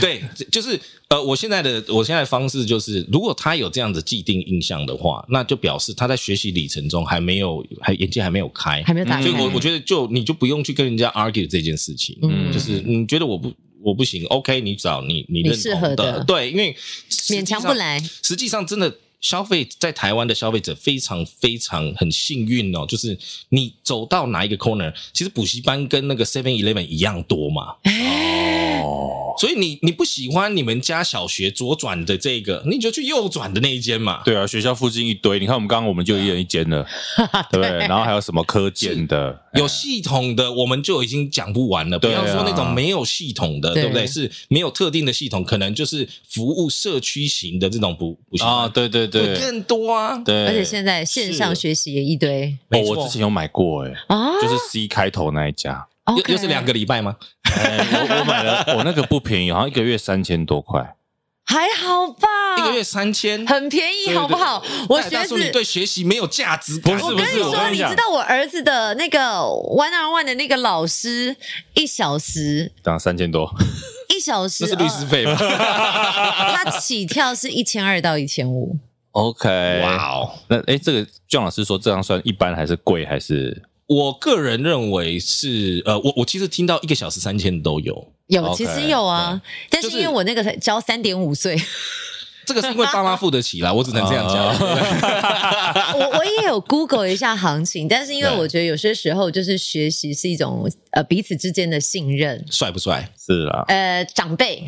Speaker 2: 对，就是呃，我现在的我现在的方式就是，如果他有这样子既定印象的话，那就表示他在学习里程中还没有，还眼界还没有开，
Speaker 3: 还没有
Speaker 1: 嗯
Speaker 3: 打开，
Speaker 2: 所以我我觉得就你就不用去跟人家 argue 这件事情，
Speaker 3: 嗯
Speaker 2: 就是你觉得我不我不行，OK，你找你你认
Speaker 3: 适
Speaker 2: 同
Speaker 3: 合
Speaker 2: 的，
Speaker 3: 的
Speaker 2: 对，因为实际上
Speaker 3: 勉强不。来，
Speaker 2: 实际上，真的消费在台湾的消费者非常非常很幸运哦，就是你走到哪一个 corner，其实补习班跟那个 Seven Eleven 一样多嘛，
Speaker 1: 哦，
Speaker 2: 所以你你不喜欢你们家小学左转的这个，你就去右转的那一间嘛。
Speaker 1: 对啊，学校附近一堆，你看我们刚刚我们就一人一间了，对不对？然后还有什么科建的，
Speaker 2: 有系统的，我们就已经讲不完了。不
Speaker 1: 对啊
Speaker 2: 要说那种没有系统的，
Speaker 3: 对
Speaker 2: 对不对？是没有特定的系统，可能就是服务社区型的这种补补习班
Speaker 1: 啊，对对
Speaker 2: 会
Speaker 1: 对
Speaker 2: 更多啊。
Speaker 1: 对，
Speaker 3: 而且现在线上学习也一堆
Speaker 1: 哦
Speaker 2: 没，错
Speaker 1: 我之前有买过哎，
Speaker 3: 啊，
Speaker 1: 就是 C 开头那一家，
Speaker 2: 又
Speaker 3: OK
Speaker 2: 又是两个礼拜吗？
Speaker 1: 哎我我买了，我那个不便宜，好像一个月三千多块。
Speaker 3: 还好吧，
Speaker 2: 一个月三千，
Speaker 3: 啊很便宜，好不好？我
Speaker 2: 戴
Speaker 3: 学
Speaker 2: 大叔，
Speaker 3: 子
Speaker 2: 你对学习没有价值观，
Speaker 1: 不
Speaker 3: 我
Speaker 1: 是
Speaker 3: 跟你
Speaker 1: 我
Speaker 3: 说，
Speaker 1: 跟
Speaker 3: 你
Speaker 1: 你讲
Speaker 3: 知道我儿子的那个 one on one 的那个老师，一小时
Speaker 1: 涨三千多，
Speaker 3: 一小时，
Speaker 2: 那是律师费吧？
Speaker 3: 呃他起跳是一千二到一千五，
Speaker 1: OK，
Speaker 2: 哇哦！
Speaker 1: 那哎，这个姜老师说这样算一般还是贵还是
Speaker 2: 我个人认为是，呃，我我其实听到一个小时三千都有，
Speaker 3: 有
Speaker 1: OK，
Speaker 3: 其实有啊，但是
Speaker 2: 就
Speaker 3: 因
Speaker 2: 是
Speaker 3: 为我那个才教三点五岁，
Speaker 2: 这个是因为爸妈付得起啦，我只能这样讲。
Speaker 1: 啊
Speaker 3: 我我也有 Google 一下行情，但是因为
Speaker 2: 对
Speaker 3: 我觉得有些时候就是学习是一种呃彼此之间的信任，
Speaker 2: 帅不帅？
Speaker 1: 是啦？
Speaker 3: 呃长辈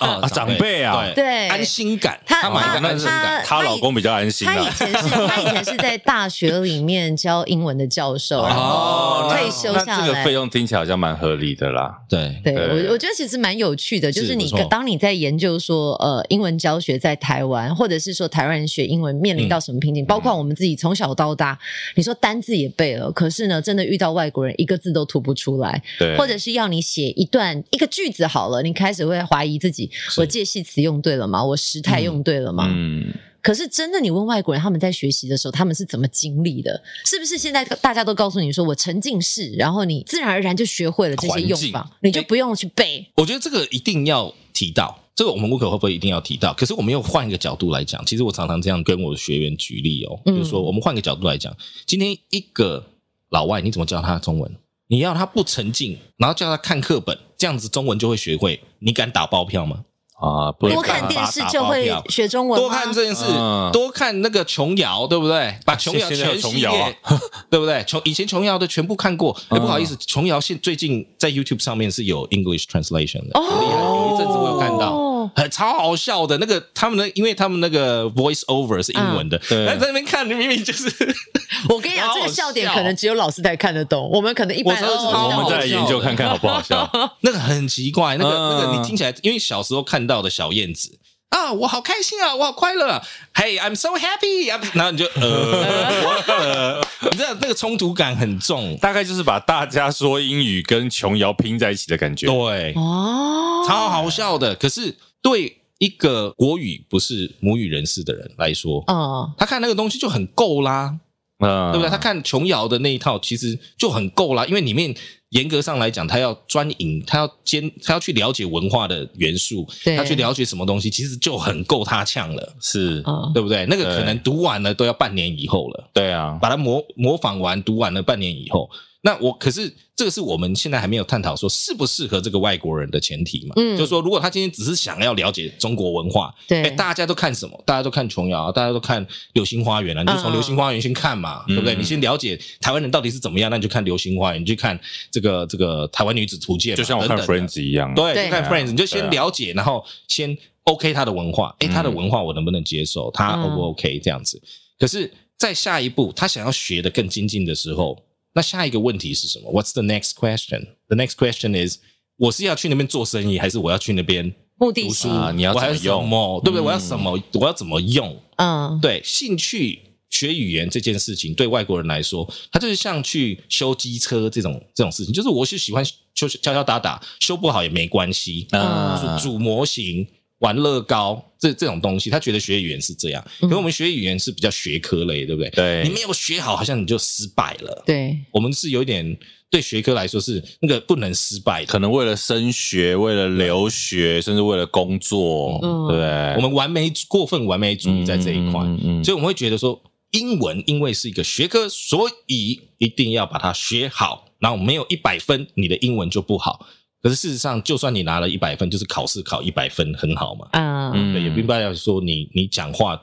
Speaker 2: 啊
Speaker 1: 啊长辈啊
Speaker 3: 对
Speaker 2: 安心感，
Speaker 3: 他
Speaker 2: 他买一
Speaker 3: 他
Speaker 2: 个安心
Speaker 3: 他
Speaker 2: 感。
Speaker 3: 呃
Speaker 1: 她老公比较安心啊
Speaker 3: 他以
Speaker 1: 啦。
Speaker 3: 前是他以前是在大学里面教英文的教授，然后
Speaker 2: 哦
Speaker 3: 退休
Speaker 1: 那
Speaker 3: 下
Speaker 1: 这个
Speaker 3: 来
Speaker 1: 费。用听起来好像蛮合理的啦。
Speaker 2: 对
Speaker 3: 对
Speaker 1: 对
Speaker 3: 我，我觉得其实蛮有趣的，就是
Speaker 2: 是
Speaker 3: 你
Speaker 2: 不错
Speaker 3: 当你在研究说，呃，英文教学在台湾，或者是说台湾人学英文面临到什么瓶颈，包括我们自己从小到大，你说单字也背了，可是呢，真的遇到外国人一个字都吐不出来，
Speaker 1: 对，
Speaker 3: 或者是要你写一段一个句子好了，你开始会怀疑自己，我介系词用对了吗？我时态用对了吗？
Speaker 1: 嗯，
Speaker 3: 可是真的，你问外国人他们在学习的时候，他们是怎么经历的？是不是现在大家都告诉你说我沉浸式，然后你自然而然就学会了这些用
Speaker 2: 环
Speaker 3: 法
Speaker 2: 境，
Speaker 3: 你就不用去背。
Speaker 2: 我觉得这个一定要提到，这个我们无可厚非一定要提到。可是我们又换一个角度来讲，其实我常常这样跟我的学员举例哦，
Speaker 3: 嗯
Speaker 2: 就是说我们换个角度来讲，今天一个老外你怎么教他中文？你要他不沉浸，然后叫他看课本，这样子中文就会学会，你敢打包票吗？
Speaker 1: 啊，不能
Speaker 3: 多看
Speaker 1: 打
Speaker 3: 电视就会
Speaker 2: 打包票
Speaker 3: 学中文吗，哦
Speaker 2: 多看这件事
Speaker 1: 嗯，
Speaker 2: 多看那个琼瑶，对不对？把琼瑶
Speaker 1: 现在有
Speaker 2: 全
Speaker 1: 琼
Speaker 2: 系
Speaker 1: 瑶嗯啊
Speaker 2: 列，对不对？琼以前琼瑶的全部看过。哎，不好意思，琼瑶现最近在 YouTube 上面是有 English translation 的，很厉害。有一阵子我有看到
Speaker 3: 哦，
Speaker 2: 很超好笑的那个他们的，因为他们那个 voice over 是英文的，
Speaker 1: 嗯对
Speaker 2: 但在那边看，你明明就是
Speaker 3: 我跟你讲，
Speaker 2: 好好
Speaker 3: 这个笑点
Speaker 2: 笑
Speaker 3: 可能只有老师才看得懂，我们可能一般人
Speaker 2: 我知道
Speaker 1: 我
Speaker 3: 哦
Speaker 1: 们再来研究看看好不好笑。
Speaker 2: 那个很奇怪，那个、
Speaker 1: 嗯
Speaker 2: 那个你听起来，因为小时候看到的小燕子啊，我好开心啊，我好快乐啊，Hey I'm so happy，啊然后你就呃 呃，你知道那个冲突感很重，
Speaker 1: 大概就是把大家说英语跟琼瑶拼在一起的感觉。
Speaker 2: 对，
Speaker 3: 哦，
Speaker 2: 超好笑的。可是对一个国语不是母语人士的人来说，
Speaker 3: 嗯，
Speaker 2: 他看那个东西就很够啦，
Speaker 1: 嗯，
Speaker 3: 啊
Speaker 2: 对不对？他看琼瑶的那一套其实就很够啦，因为里面严格上来讲，他要专营，他要兼，他要去了解文化的元素，
Speaker 3: 对
Speaker 2: 他去了解什么东西，其实就很够他呛了，啊
Speaker 1: 是，
Speaker 3: 嗯，
Speaker 2: 对不对？那个
Speaker 1: 对
Speaker 2: 可能读完了都要半年以后了，
Speaker 1: 对啊，
Speaker 2: 把它模模仿完，读完了半年以后。那我可是这个是我们现在还没有探讨说适不适合这个外国人的前提嘛？
Speaker 3: 嗯
Speaker 2: 就是说如果他今天只是想要了解中国文化，哎，
Speaker 3: 对，
Speaker 2: 大家都看什么？大家都看琼瑶啊，大家都看《流星花园》啊，你就从
Speaker 3: 嗯
Speaker 2: 《流星花园》先看嘛，对不对？
Speaker 1: 嗯
Speaker 2: 你先了解台湾人到底是怎么样，那你就看《流星花园》，你去看这个这个《台湾女子图鉴嘛》，啊
Speaker 1: 就像我看
Speaker 2: 等等的
Speaker 1: Friends 一样，
Speaker 2: 对，
Speaker 3: 对
Speaker 2: 就看
Speaker 1: 啊
Speaker 2: Friends，你就
Speaker 1: 对
Speaker 2: 先
Speaker 1: 啊
Speaker 2: 了解，然后先 OK 他的文化，诶，
Speaker 1: 嗯
Speaker 2: 他的文化我能不能接受？他
Speaker 3: 嗯
Speaker 2: O 不 OK 这样子？可是，在下一步他想要学的更精进的时候，那下一个问题是什么？What's the next question? The next question is，我是要去那边做生意，还是我要去那边
Speaker 3: 目的性，
Speaker 1: 啊，你要
Speaker 2: 我
Speaker 1: 怎
Speaker 2: 还
Speaker 1: 么
Speaker 2: 有什
Speaker 1: 用？
Speaker 2: 么？对不
Speaker 1: 嗯
Speaker 2: 对？我要什么？我要怎么用？
Speaker 3: 嗯，
Speaker 2: 对，兴趣学语言这件事情，对外国人来说，他就是像去修机车这种这种事情，就是我是喜欢修修敲敲打打，修不好也没关系。
Speaker 1: 啊
Speaker 3: 嗯
Speaker 2: 组组模型、玩乐高这这种东西，他觉得学语言是这样。可
Speaker 3: 嗯
Speaker 2: 是我们学语言是比较学科类，对不对？
Speaker 1: 对
Speaker 2: 你没有学好，好像你就失败了。
Speaker 3: 对，
Speaker 2: 我们是有点对学科来说是那个不能失败的。
Speaker 1: 可能为了升学，为了留学，甚至为了工作，
Speaker 3: 嗯
Speaker 1: 对不对，
Speaker 2: 我们完美过分完美主义在这一块，
Speaker 1: 嗯嗯嗯嗯
Speaker 2: 所以我们会觉得说，英文因为是一个学科，所以一定要把它学好。然后没有一百分，你的英文就不好。可是事实上，就算你拿了一百分，就是考试考一百分很好嘛，
Speaker 3: 嗯，
Speaker 1: 嗯
Speaker 2: 对，也并不代表说你你讲话，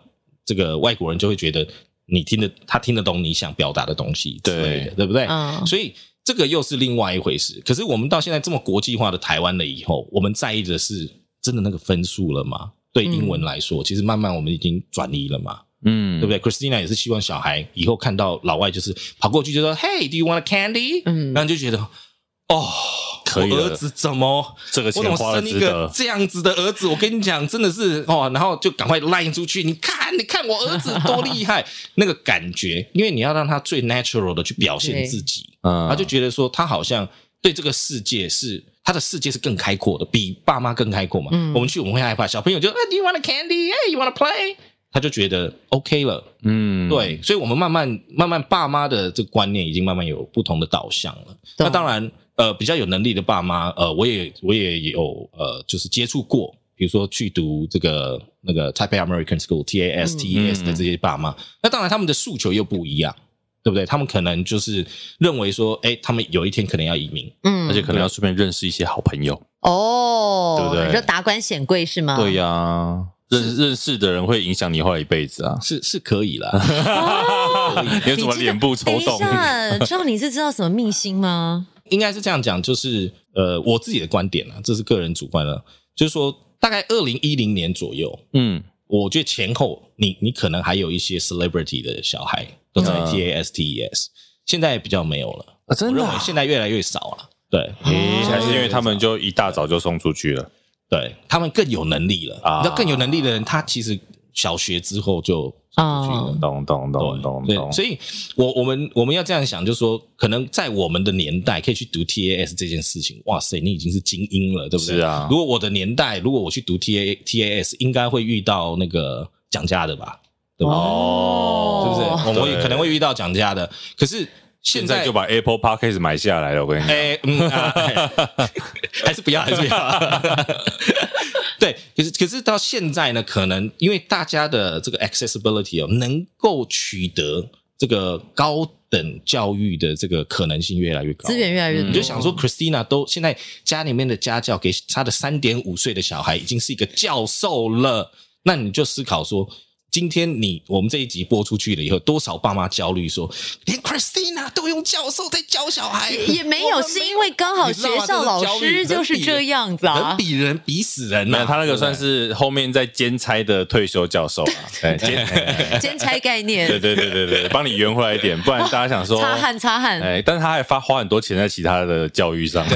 Speaker 2: 这个外国人就会觉得你听得他听得懂你想表达的东西之类的，对不对？
Speaker 3: 嗯
Speaker 2: 所以这个又是另外一回事。可是我们到现在这么国际化的台湾了以后，我们在意的是真的那个分数了吗？对英文来说，其实慢慢我们已经转移了嘛，
Speaker 1: 嗯，
Speaker 2: 对不对？Christina 也是希望小孩以后看到老外就是跑过去就说：“Hey, do you want a candy？”
Speaker 3: 嗯
Speaker 2: 然后就觉得哦，
Speaker 1: 可以
Speaker 2: 我
Speaker 1: 了
Speaker 2: 儿子怎么
Speaker 1: 这个
Speaker 2: 我
Speaker 1: 钱
Speaker 2: 怎么
Speaker 1: 花了
Speaker 2: 生一
Speaker 1: 值
Speaker 2: 个
Speaker 1: 得，
Speaker 2: 这样子的儿子？我跟你讲，真的是哦，然后就赶快赖出去，你看，你看我儿子多厉害， 那个感觉，因为你要让他最 natural 的去表现
Speaker 3: 对
Speaker 2: 自己，
Speaker 1: 嗯
Speaker 2: 他就觉得说他好像对这个世界是。他的世界是更开阔的，比爸妈更开阔嘛。
Speaker 3: 嗯
Speaker 2: 我们去我们会害怕，小朋友就啊，Do you want a candy? Yeah, you want to play? 他就觉得 OK 了，
Speaker 1: 嗯，
Speaker 2: 对，所以我们慢慢慢慢爸妈的这个观念已经慢慢有不同的导向了。
Speaker 3: 懂
Speaker 2: 那当然，呃，比较有能力的爸妈，呃，我也我也有呃，就是接触过，比如说去读这个那个 Taipei American School TAS
Speaker 3: 嗯
Speaker 2: TES
Speaker 1: 嗯
Speaker 2: E 的这些爸妈，那当然他们的诉求又不一样。对不对？他们可能就是认为说，哎，他们有一天可能要移民，
Speaker 3: 嗯，
Speaker 1: 而且可能要顺便认识一些好朋友，
Speaker 3: 哦，
Speaker 1: 对不对
Speaker 3: 你说达官显贵是吗？
Speaker 1: 对呀。认认识的人会影响你后来一辈子啊！
Speaker 2: 是是可以啦。
Speaker 3: 哦。
Speaker 1: 你有什么脸部抽
Speaker 3: 等一
Speaker 1: 动？
Speaker 3: 下，知道你是知道什么秘辛吗？
Speaker 2: 应该是这样讲，就是呃，我自己的观点啊，这是个人主观了，就是说，大概二零一零年左右，
Speaker 1: 嗯，
Speaker 2: 我觉得前后你你可能还有一些 celebrity 的小孩都在
Speaker 1: 嗯
Speaker 2: TAS TES，、现 E 在比较没有了，
Speaker 1: 啊真
Speaker 2: 我
Speaker 1: 的
Speaker 2: 认
Speaker 1: 啊
Speaker 2: 为现在越来越少了。对
Speaker 3: 诶
Speaker 1: 还是因为他们就一大早就送出去了。
Speaker 2: 对，他们更有能力了。
Speaker 1: 啊
Speaker 2: 你知道更有能力的人，他其实小学之后就
Speaker 3: 啊，
Speaker 1: 懂懂懂懂
Speaker 2: 对，
Speaker 1: 懂。
Speaker 2: 所以我我们我们要这样想，就是说，可能在我们的年代可以去读 TAS 这件事情，哇塞，你已经是精英了，对不对？
Speaker 1: 是啊
Speaker 2: 如果我的年代，如果我去读 TA TAS，应该会遇到那个蒋家的吧？对吧？
Speaker 1: 哦
Speaker 2: 是不是？我们
Speaker 1: 对
Speaker 2: 可能会遇到讲价的，可是现
Speaker 1: 现
Speaker 2: 在
Speaker 1: 在就把 Apple Podcast 买下来了，我跟你讲。
Speaker 2: 哎、嗯啊， 哎还是不要，还是不要。 对，可是可是到现在呢，可能因为大家的这个 accessibility 哦，能够取得这个高等教育的这个可能性越来越高，
Speaker 3: 资源越来越多，
Speaker 2: 你就
Speaker 1: 嗯
Speaker 2: 想说，Christina 都现在家里面的家教给她的三点五岁的小孩已经是一个教授了，那你就思考说，今天你我们这一集播出去了以后，多少爸妈焦虑说，连 Christina 都用教授在教 小孩，
Speaker 3: 也没有，是因为刚好
Speaker 2: 你知道
Speaker 3: 学
Speaker 2: 吗
Speaker 3: 校老
Speaker 2: 这是焦虑
Speaker 3: 师就是这样子啊
Speaker 2: 人。比人比死人啊
Speaker 1: 没
Speaker 2: 呐、
Speaker 1: 有，他那个算是后面在兼差的退休教授 啊，对兼
Speaker 3: 兼差概
Speaker 1: 对
Speaker 3: 念，
Speaker 1: 对对对对，帮你圆回来一点，不然大家想 说
Speaker 3: 擦汗擦汗，
Speaker 1: 哎，但是他还发花很多钱在其他的教育上，
Speaker 2: 啊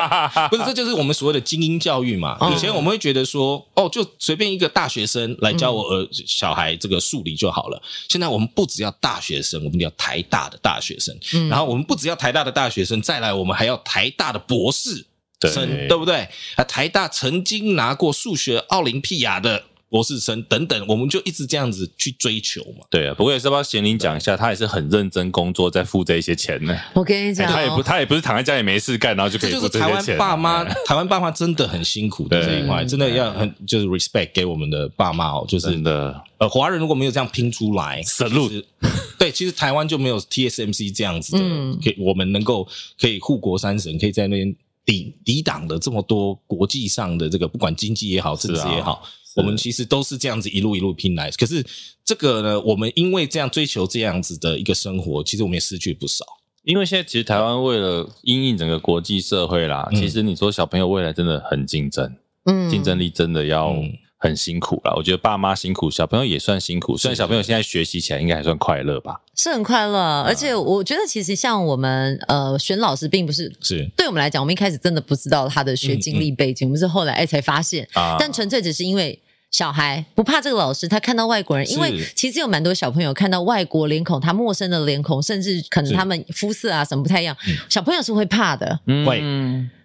Speaker 2: 不是，这就是我们所谓的精英教育
Speaker 1: 啊
Speaker 2: 嘛。
Speaker 3: 嗯
Speaker 2: 以前我们会觉得说，哦，就随便一个大学生来教
Speaker 1: 嗯
Speaker 2: 我儿小孩这个数理就好了。现在我们不只要大学生，我们要台大的大学生，
Speaker 3: 嗯
Speaker 2: 然后我们不只要台大的大学生，再来我们还要台大的博士生，
Speaker 1: 对
Speaker 2: 对不对？啊，台大曾经拿过数学奥林匹亚的博士生等等，我们就一直这样子去追求嘛。
Speaker 1: 对啊，不过也是要不要贤玲讲一下，他也是很认真工作，在付这一些钱呢。
Speaker 3: 我跟你
Speaker 1: 哎
Speaker 3: 讲哦，
Speaker 1: 他也不，他也不是躺在家里没事干，然后就可
Speaker 2: 这
Speaker 1: 以
Speaker 2: 就
Speaker 1: 付
Speaker 2: 是
Speaker 1: 这
Speaker 2: 台
Speaker 1: 些
Speaker 2: 湾
Speaker 1: 钱。
Speaker 2: 爸 妈，台湾爸妈真的很辛苦的
Speaker 1: 对
Speaker 2: 这一块，真的要很就是 respect 给我们的爸妈哦，就是
Speaker 1: 真的啊
Speaker 2: 呃，华人如果没有这样拼出来，
Speaker 1: Salute
Speaker 2: 其实 对，其实台湾就没有 TSMC 这样子的，
Speaker 3: 嗯
Speaker 2: 可以我们能够可以护国三省，可以在那边抵抵挡的这么多国际上的这个，不管经济也好，政治
Speaker 1: 是啊
Speaker 2: 也好，我们其实都是这样子一路一路拼来。可是这个呢，我们因为这样追求这样子的一个生活，其实我们也失去不少。
Speaker 1: 因为现在其实台湾为了因应整个国际社会啦，
Speaker 2: 嗯
Speaker 1: 其实你说小朋友未来真的很竞争，
Speaker 3: 嗯
Speaker 1: 竞争力真的要
Speaker 2: 嗯
Speaker 1: 很辛苦啦。我觉得爸妈辛苦，小朋友也算辛苦。虽然小朋友现在学习起来应该还算快乐吧，
Speaker 3: 是很快
Speaker 1: 嗯
Speaker 3: 乐，而且我觉得其实像我们呃选老师，并不是
Speaker 2: 是
Speaker 3: 对我们来讲，我们一开始真的不知道他的学经历背景，我们是后来哎才发现，
Speaker 1: 啊，
Speaker 3: 但纯粹只是因为。小孩不怕这个老师，他看到外国人，
Speaker 2: 是
Speaker 3: 因为其实有蛮多小朋友看到外国脸孔，他陌生的脸孔，甚至可能
Speaker 2: 是嗯
Speaker 3: 他们肤色啊什么不太一样，小朋友是会怕的，
Speaker 1: 嗯
Speaker 2: 会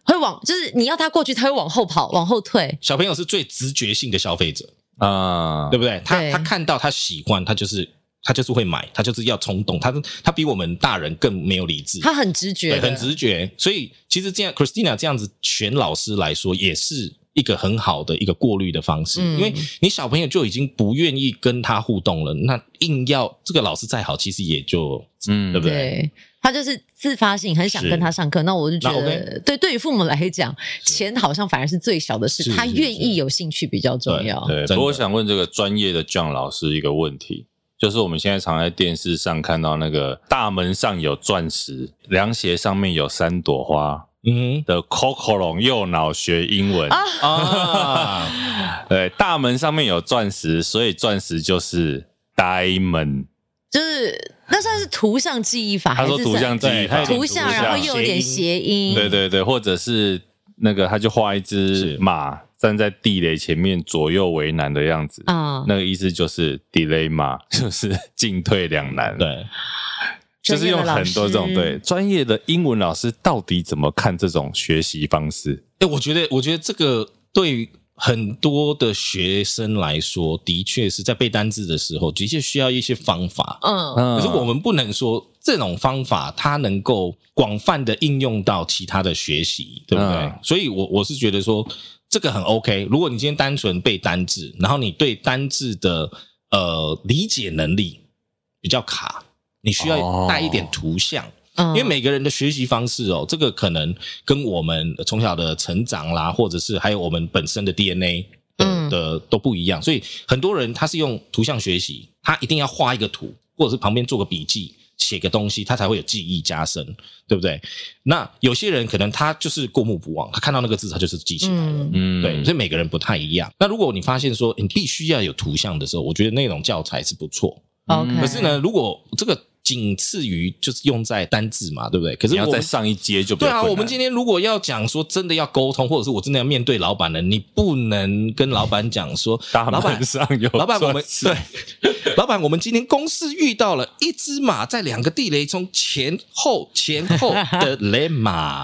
Speaker 3: 会往就是你要他过去，他会往后跑，往后退。
Speaker 2: 小朋友是最直觉性的消费者，
Speaker 1: 啊
Speaker 2: 对，不对？他
Speaker 3: 对
Speaker 2: 他看到他喜欢，他就是他就是会买，他就是要冲动，他他比我们大人更没有理智。
Speaker 3: 他很直觉
Speaker 2: 对，
Speaker 3: 的，
Speaker 2: 很直觉。所以其实这样，Christina 这样子选老师来说，也是一个很好的一个过滤的方式，
Speaker 3: 嗯
Speaker 2: 因为你小朋友就已经不愿意跟他互动了，那硬要这个老师再好，其实也就
Speaker 1: 嗯
Speaker 2: 对不
Speaker 3: 对他就是自发性很想
Speaker 2: 是
Speaker 3: 跟他上课，那我就觉
Speaker 2: 那
Speaker 3: 得，对，对于父母来讲，钱好像反而是最小的事
Speaker 2: 是，
Speaker 3: 他
Speaker 2: 是
Speaker 3: 愿
Speaker 2: 是
Speaker 3: 意有兴趣比较重要。
Speaker 1: 对，
Speaker 2: 哦真的
Speaker 1: 不过我想问这个专业的 John 老师一个问题，就是我们现在常在电视上看到那个大门上有钻石，凉鞋上面有三朵花
Speaker 2: 嗯
Speaker 1: 的 Coco 龙右脑学英文
Speaker 3: 啊
Speaker 2: 啊，
Speaker 1: 对，大门上面有钻石，所以钻石就是 diamond。
Speaker 3: 就是那算是图像记忆法，
Speaker 1: 他
Speaker 3: 还
Speaker 1: 说
Speaker 3: 是
Speaker 1: 图像记
Speaker 2: 对
Speaker 1: 忆，
Speaker 2: 他
Speaker 1: 他
Speaker 2: 有
Speaker 1: 有点
Speaker 3: 图
Speaker 2: 点
Speaker 3: 像，
Speaker 2: 图像
Speaker 3: 然后又有点
Speaker 2: 谐
Speaker 3: 谐音，
Speaker 1: 对对对，或者是那个他就画一只
Speaker 2: 是
Speaker 1: 马站在地雷前面左右为难的样子。
Speaker 3: 啊，
Speaker 1: 那个意思就是 delay 嘛， 就是进退两难。
Speaker 2: 对，
Speaker 1: 就是用很多这种
Speaker 3: 专业的老师
Speaker 1: 对专业的英文老师到底怎么看这种学习方式？
Speaker 2: 哎，我觉得，我觉得这个对于很多的学生来说，的确是在背单字的时候，的确需要一些方法。
Speaker 3: 嗯
Speaker 1: 嗯
Speaker 2: 可是我们不能说这种方法它能够广泛的应用到其他的学习，对不对？
Speaker 1: 嗯
Speaker 2: 所以我，我是觉得说这个很 OK。如果你今天单纯背单字，然后你对单字的呃理解能力比较卡，你需
Speaker 1: 哦
Speaker 2: 要带一点图像。
Speaker 3: 嗯，
Speaker 2: 因为每个人的学习方式哦，这个可能跟我们从小的成长啦，或者是还有我们本身的 DNA 的、
Speaker 3: 嗯
Speaker 2: 的都不一样，所以很多人他是用图像学习，他一定要画一个图，或者是旁边做个笔记。写个东西，他才会有记忆加深，对不对？那有些人可能他就是过目不忘，他看到那个字，他就是记起来了。
Speaker 3: 嗯
Speaker 1: 嗯
Speaker 2: 对，所以每个人不太一样。那如果你发现说你必须要有图像的时候，我觉得那种教材是不错。
Speaker 3: ，OK，
Speaker 1: 嗯
Speaker 2: 可是，呢，如果这个仅次于就是用在单字嘛，对不对？可是
Speaker 1: 你要
Speaker 2: 我
Speaker 1: 再
Speaker 2: 们
Speaker 1: 上一阶就比
Speaker 2: 对
Speaker 1: 较
Speaker 2: 啊，
Speaker 1: 困
Speaker 2: 我们
Speaker 1: 难
Speaker 2: 今天如果要讲说真的要沟通，或者是我真的要面对老板了，你不能跟老板 讲说，
Speaker 1: 大
Speaker 2: 老板
Speaker 1: 门上有
Speaker 2: 老板我们
Speaker 1: 钻石
Speaker 2: 对， 老板我们今天公司遇到了一只马在两个地雷中前后前后的 雷马，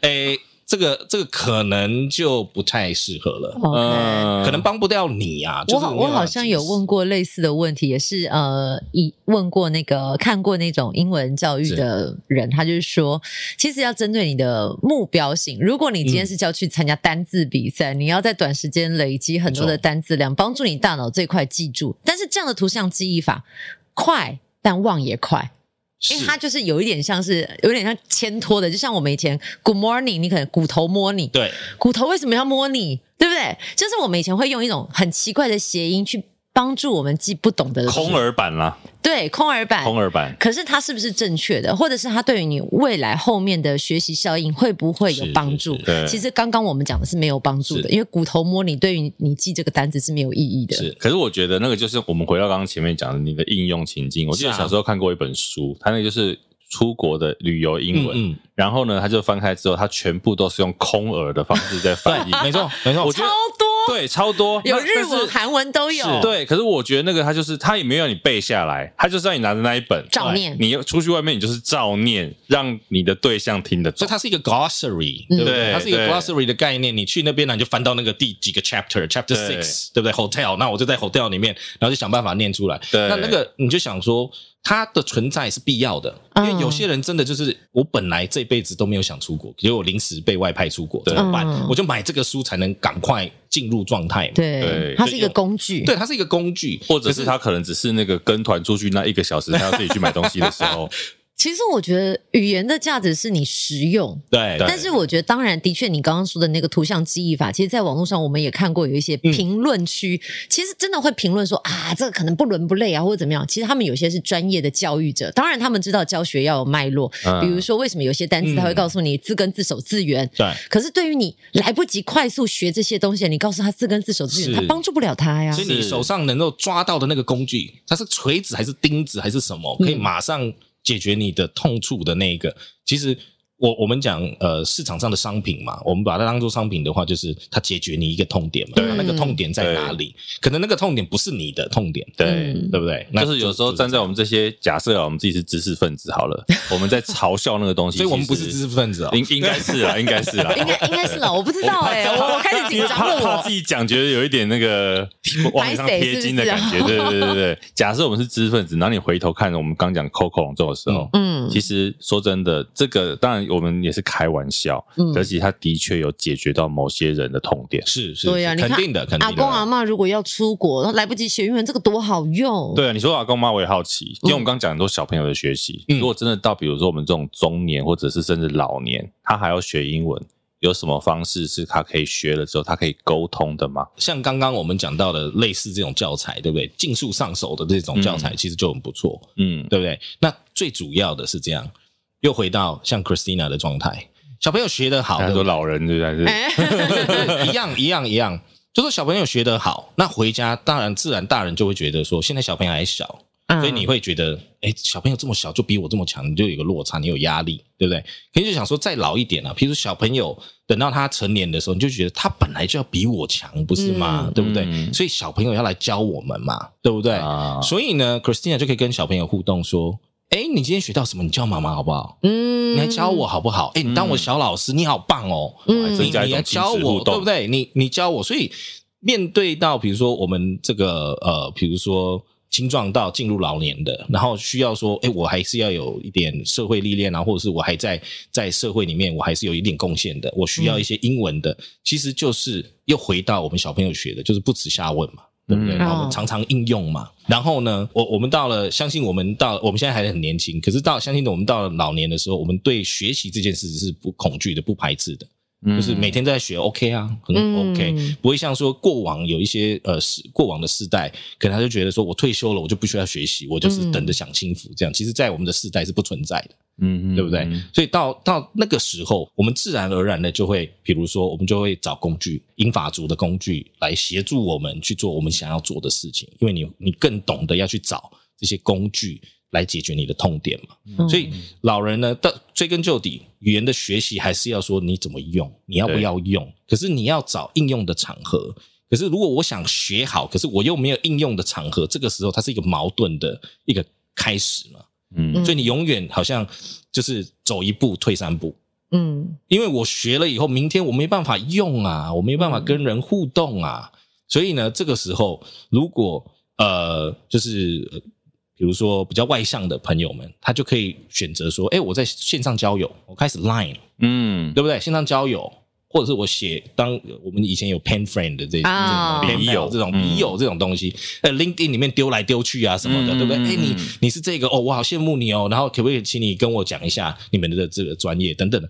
Speaker 2: 诶，这个这个可能就不太适合了，
Speaker 3: OK。
Speaker 1: 嗯
Speaker 2: 可能帮不掉你啊。呃就
Speaker 3: 我
Speaker 2: 是
Speaker 3: 好，
Speaker 2: 没
Speaker 3: 我
Speaker 2: 办法
Speaker 3: 好像有
Speaker 2: 解释
Speaker 3: 问过类似的问题，也是呃，一问过那个看过那种英文教育的人，他就是说，其实要针对你的目标性。如果你今
Speaker 2: 嗯
Speaker 3: 天是叫去参加单字比赛，你要在短时间累积很多的单字量，帮助你大脑最快记住。但是这样的图像记忆法快，但忘也快。因为
Speaker 2: 是
Speaker 3: 它就是有一点像是有点像牵拖的，就像我们以前 Good morning，你可能骨头摸你，
Speaker 2: 对，
Speaker 3: 骨头为什么要摸你，对不对？就是我们以前会用一种很奇怪的谐音去帮助我们记不懂的东西
Speaker 1: 空耳版啦，
Speaker 3: 对空耳
Speaker 2: 哎
Speaker 3: 版。
Speaker 1: 空耳版。
Speaker 3: 可是它是不是正确的，或者是它对于你未来后面的学习效应会不会有
Speaker 2: 是
Speaker 3: 帮助
Speaker 2: 是？
Speaker 1: 对
Speaker 3: 其实刚刚我们讲的是没有帮助的，
Speaker 2: 是
Speaker 3: 因为骨头摸你对于你记这个单子是没有意义的。
Speaker 2: 是
Speaker 1: 可是我觉得那个就是我们回到刚刚前面讲的你的应用情境。我记得
Speaker 2: 是啊
Speaker 1: 小时候看过一本书，它那个就是出国的旅游英文，
Speaker 2: 嗯嗯
Speaker 1: 然后呢，他就翻开之后，他全部都是用空耳的方式在 翻译，
Speaker 2: 嗯没错没错，
Speaker 1: 我觉
Speaker 3: 超
Speaker 1: 得
Speaker 3: 多，
Speaker 1: 对，超多
Speaker 3: 有
Speaker 1: 那
Speaker 3: 日
Speaker 1: 但
Speaker 3: 文、
Speaker 1: 是
Speaker 3: 韩文都
Speaker 2: 哦
Speaker 3: 有。
Speaker 1: 对，可是我觉得那个他就是他也没有让你背下来，他就是让你拿着那一本
Speaker 3: 照念
Speaker 1: 你出去外面你就是照念，让你的对象听得
Speaker 2: 所
Speaker 1: 懂
Speaker 2: 以。它是一个 glossary，、
Speaker 3: 嗯
Speaker 2: 对不对？
Speaker 1: 对
Speaker 2: 它是一个
Speaker 1: 对
Speaker 2: glossary 的概念。你去那边呢，你就翻到那个第几个 chapter，chapter
Speaker 1: 对
Speaker 2: six，对不对？hotel，那我就在 hotel 里面，然后就想办法念出来。
Speaker 1: 对
Speaker 2: 那那个你就想说，它的存在是必要的，因为
Speaker 3: 嗯
Speaker 2: 有些人真的就是我本来这辈子都没有想出国，结果临时被外派出国，怎么办？
Speaker 3: 嗯
Speaker 2: 我就买这个书才能赶快进入状态嘛。
Speaker 3: 对
Speaker 1: 对，
Speaker 3: 它是一个工具。
Speaker 2: 对，它是一个工具，
Speaker 1: 或者
Speaker 2: 可
Speaker 1: 是他可能只是那个跟团出去那一个小时，他要自己去买东西的时 候，
Speaker 3: 其实我觉得语言的价值是你实用。
Speaker 2: 对
Speaker 1: 对
Speaker 3: 但是我觉得，当然，的确，你刚刚说的那个图像记忆法，其实，在网络上我们也看过有一些评论区，其实真的会评论说啊，这个可能不伦不类啊，或者怎么样。其实他们有些是专业的教育者，当然他们知道教学要有脉络，
Speaker 1: 嗯
Speaker 3: 比如说为什么有些单词他会告诉你字根、字首、字源。
Speaker 2: 对
Speaker 3: 可是对于你来不及快速学这些东西，你告诉他字根、字首、字源，
Speaker 2: 是
Speaker 3: 他帮助不了他呀
Speaker 2: 所。以你
Speaker 1: 是
Speaker 2: 手上能够抓到的那个工具，它是锤子还是钉子还是什么，
Speaker 3: 嗯
Speaker 2: 可以马上解决你的痛处的那一个。其实我我们讲呃市场上的商品嘛，我们把它当做商品的话，就是它解决你一个痛点嘛，
Speaker 1: 对
Speaker 2: 那那个痛点在哪里？可能那个痛点不是你的痛点，
Speaker 1: 对。
Speaker 3: 嗯
Speaker 2: 对不对？那
Speaker 1: 就是有时候站在我们这些假设啊，我们自己是知识分子好了，我们在嘲笑那个东西，
Speaker 2: 所以我们
Speaker 1: 其
Speaker 2: 不
Speaker 1: 实
Speaker 2: 是知识分子哦。
Speaker 1: 应应该是啊，应该是啊，
Speaker 3: 应该应该是了，我不知道哎、我我开始紧
Speaker 1: 因为
Speaker 3: 张了
Speaker 1: 怕怕
Speaker 3: 我
Speaker 1: 自。己讲，觉得有一点那 个往脸上贴金的感觉。
Speaker 3: 是啊不是
Speaker 1: 对对对对 对。假设我们是知识分子，然后你回头看我们刚讲 Coco 龙舟的时候，
Speaker 3: 嗯
Speaker 1: 其实说真的，这个当然我们也是开玩笑，
Speaker 3: 嗯
Speaker 1: 可是它的确有解决到某些人的痛点。
Speaker 2: 是是，
Speaker 3: 对呀、啊
Speaker 2: 是
Speaker 3: 你
Speaker 2: 肯
Speaker 3: 看
Speaker 2: 定的，肯定的。
Speaker 3: 阿公阿妈如果要出国，然后来不及学英文，这个多好用。，
Speaker 1: 对啊，你说阿公妈，我也好
Speaker 3: 嗯
Speaker 1: 奇，因为我们刚讲很多小朋友的学习，
Speaker 2: 嗯
Speaker 1: 如果真的到比如说我们这种中年或者是甚至老年，他还要学英文，有什么方式是他可以学了之后他可以沟通的吗？
Speaker 2: 像刚刚我们讲到的类似这种教材，对不对？尽速上手的这种教材，其实就很不错。
Speaker 1: 嗯，
Speaker 2: 对不对？那最主要的是这样，又回到像 Christina 的状态，小朋友学得好，
Speaker 1: 他
Speaker 2: 对不
Speaker 1: 说
Speaker 2: 对
Speaker 1: 老人对不对？
Speaker 3: 哎、
Speaker 2: 一样一样一样，就说小朋友学得好，那回家当然自然大人就会觉得说，现在小朋友还小，
Speaker 3: 嗯
Speaker 2: 所以你会觉得，哎，小朋友这么小就比我这么强，你就有一个落差，你有压力，对不对？可是就想说再老一点啊，譬如小朋友等到他成年的时候，你就觉得他本来就要比我强，不是吗？
Speaker 3: 嗯
Speaker 2: 对不对？
Speaker 1: 嗯
Speaker 2: 所以小朋友要来教我们嘛，对不对？
Speaker 1: 啊
Speaker 2: 所以呢，Christina 就可以跟小朋友互动说：“哎，你今天学到什么？你教妈妈好不好？
Speaker 3: 嗯
Speaker 2: 你来教我，好不好？哎，你当我小老师，你好棒哦！
Speaker 3: 嗯
Speaker 2: 你
Speaker 1: 增加一
Speaker 2: 你来
Speaker 1: 种亲
Speaker 2: 教
Speaker 1: 子互
Speaker 2: 我，对
Speaker 1: 动
Speaker 2: 不，对？你你教我，所以面对到比如说我们这个呃，比如说。”青壮到进入老年的，然后需要说，哎，我还是要有一点社会历练啊，或者是我还在在社会里面，我还是有一点贡献的，我需
Speaker 3: 嗯
Speaker 2: 要一些英文的，其实就是又回到我们小朋友学的，就是不耻下问嘛。对不对？
Speaker 1: 嗯
Speaker 2: 然后我们
Speaker 3: 哦
Speaker 2: 常常应用嘛。然后呢，我我们到了，相信我们到我们现在还很年轻，可是到相信我们到了老年的时候，我们对学习这件事是不恐惧的、不排斥的，
Speaker 1: 嗯
Speaker 2: 就是每天都在学，OK 啊，很
Speaker 3: 嗯
Speaker 2: OK，、不会像说过往有一些呃世过往的世代，可能他就觉得说我退休了，我就不需要学习，我
Speaker 3: 嗯
Speaker 2: 就是等着享清福这样。其实，在我们的世代是不存在的。
Speaker 1: 嗯，
Speaker 2: 对不对？所以到到那个时候，我们自然而然的就会，比如说，我们就会找工具，英法族的工具来协助我们去做我们想要做的事情，因为你你更懂得要去找这些工具来解决你的痛点嘛。
Speaker 3: 嗯
Speaker 2: 所以老人呢，到追根究底，语言的学习还是要说你怎么用，你要不要用，可是你要找应用的场合。可是如果我想学好，可是我又没有应用的场合，这个时候它是一个矛盾的一个开始嘛。
Speaker 1: 嗯
Speaker 2: 所以你永远好像就是走一步退三步。
Speaker 3: 嗯
Speaker 2: 因为我学了以后，明天我没办法用啊，我没办法跟人互动啊，所以呢，这个时候如果呃，就是呃比如说比较外向的朋友们，他就可以选择说，哎，我在线上交友，我开始 Line，
Speaker 1: 嗯，
Speaker 2: 对不对？线上交友，或者是我写当我们以前有 pen friend 的这种
Speaker 3: 啊
Speaker 2: 这种
Speaker 1: 笔
Speaker 2: pen
Speaker 1: 友
Speaker 2: pal 这种
Speaker 1: 嗯
Speaker 2: 笔友这种东西，呃，LinkedIn 里面丢来丢去啊什么的，
Speaker 1: 嗯
Speaker 2: 对不对？
Speaker 1: 嗯
Speaker 2: 哎，你
Speaker 1: 嗯
Speaker 2: 你是这个哦，我好羡慕你哦，然后可不可以请你跟我讲一下你们的这个专业等等的。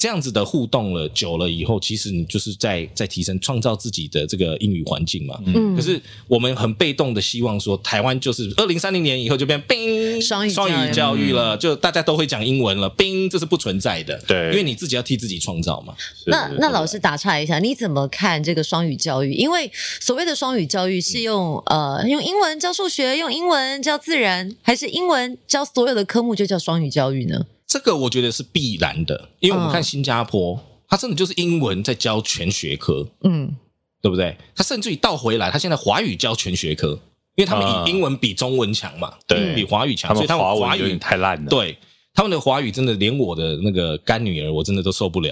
Speaker 2: 这样子的互动了久了以后，其实你就是在在提升、创造自己的这个英语环境嘛。
Speaker 3: 嗯
Speaker 2: 可是我们很被动的希望说，台湾就是二零三零年以后就变冰
Speaker 3: 双语教
Speaker 2: 双语
Speaker 3: 育嗯
Speaker 2: 教育了，就大家都会讲英文了，冰这是不存在的。
Speaker 1: 对
Speaker 2: 因为你自己要替自己创造嘛。
Speaker 3: 那那老师打岔一下，你怎么看这个双语教育？因为所谓的双语教育是用、
Speaker 2: 嗯
Speaker 3: 呃用英文教数学，用英文教自然，还是英文教所有的科目就叫双语教育呢？
Speaker 2: 这个我觉得是必然的，因为我
Speaker 3: 嗯
Speaker 2: 们看新加坡，它真的就是英文在教全学科，
Speaker 3: 嗯，
Speaker 2: 对不对？它甚至于倒回来，它现在华语教全学科，因为他
Speaker 1: 啊
Speaker 2: 们以英文比中文强嘛，
Speaker 1: 对
Speaker 2: 比华语强，
Speaker 1: 他
Speaker 2: 所
Speaker 1: 们
Speaker 2: 以他们
Speaker 1: 华
Speaker 2: 华
Speaker 1: 文有
Speaker 2: 语
Speaker 1: 点太烂了，
Speaker 2: 对。他们的华语真的连我的那个干女儿，我真的都受不了。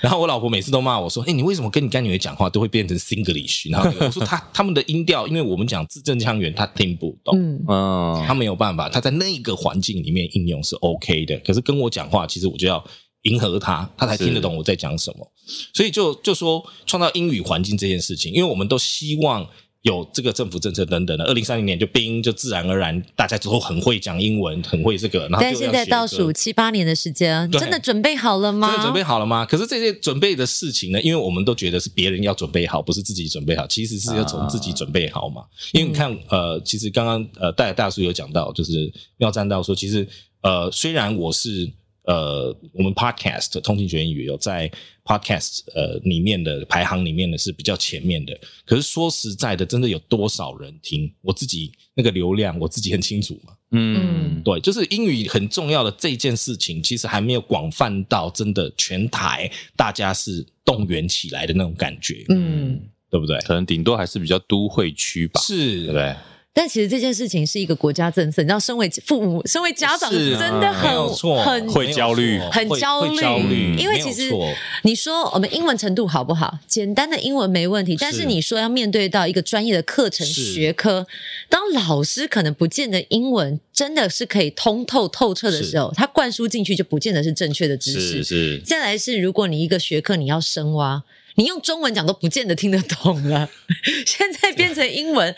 Speaker 2: 然后我老婆每次都骂我说：“哎、你为什么跟你干女儿讲话都会变成 Singlish？” 然后我说他他们的音调，因为我们讲字正腔圆，他听不懂。
Speaker 3: 嗯
Speaker 1: 嗯，
Speaker 2: 他没有办法，他在那个环境里面应用是 OK 的，可是跟我讲话，其实我就要迎合他，他才听得懂我在讲什么。所以就就说创造英语环境这件事情，因为我们都希望有这个政府政策等等的，二零三零年就冰就自然而然大家都很会讲英文，很会这个，然后
Speaker 3: 但
Speaker 2: 就
Speaker 3: 现
Speaker 2: 要
Speaker 3: 在
Speaker 2: 写
Speaker 3: 倒
Speaker 2: 歌
Speaker 3: 数七八年的时间，
Speaker 2: 对
Speaker 3: 真的准备好了吗？
Speaker 2: 真的准备好了吗？可是这些准备的事情呢，因为我们都觉得是别人要准备好，不是自己准备好，其实是要从自己准备好嘛。因为你看，呃，其实刚刚呃，戴尔大叔有讲到，就是妙赞到说，其实呃，虽然我是呃，我们 Podcast 通勤学英语有在 Podcast 呃里面的排行里面呢是比较前面的，可是说实在的，真的有多少人听？我自己那个流量，我自己很清楚嘛。
Speaker 1: 嗯，
Speaker 2: 对，就是英语很重要的这件事情，其实还没有广泛到真的全台大家是动员起来的那种感觉，
Speaker 3: 嗯。
Speaker 2: 对不对？
Speaker 1: 可能顶多还是比较都会区吧，对
Speaker 2: 是
Speaker 1: 不，对？
Speaker 3: 但其实这件事情是一个国家政策，你知道，身为父母、身为家长，
Speaker 2: 是啊
Speaker 3: 真的
Speaker 2: 没有
Speaker 3: 很
Speaker 2: 错，
Speaker 3: 很
Speaker 1: 会焦虑
Speaker 2: 没有错
Speaker 3: 很
Speaker 2: 会
Speaker 3: 焦
Speaker 2: 会焦虑，
Speaker 3: 虑，因为
Speaker 2: 没有
Speaker 3: 其实
Speaker 2: 错
Speaker 3: 你说我们英文程度好不好？简单的英文没问题，但是
Speaker 2: 是
Speaker 3: 你说要面对到一个专业的课程
Speaker 2: 是
Speaker 3: 学科，当老师可能不见得英文真的是可以通透透彻的时候，他灌输进去就不见得是正确的知
Speaker 1: 是
Speaker 3: 识。
Speaker 1: 是，
Speaker 3: 再来是，如果你一个学科你要深挖。你用中文讲都不见得听得懂了， 现在变成英文，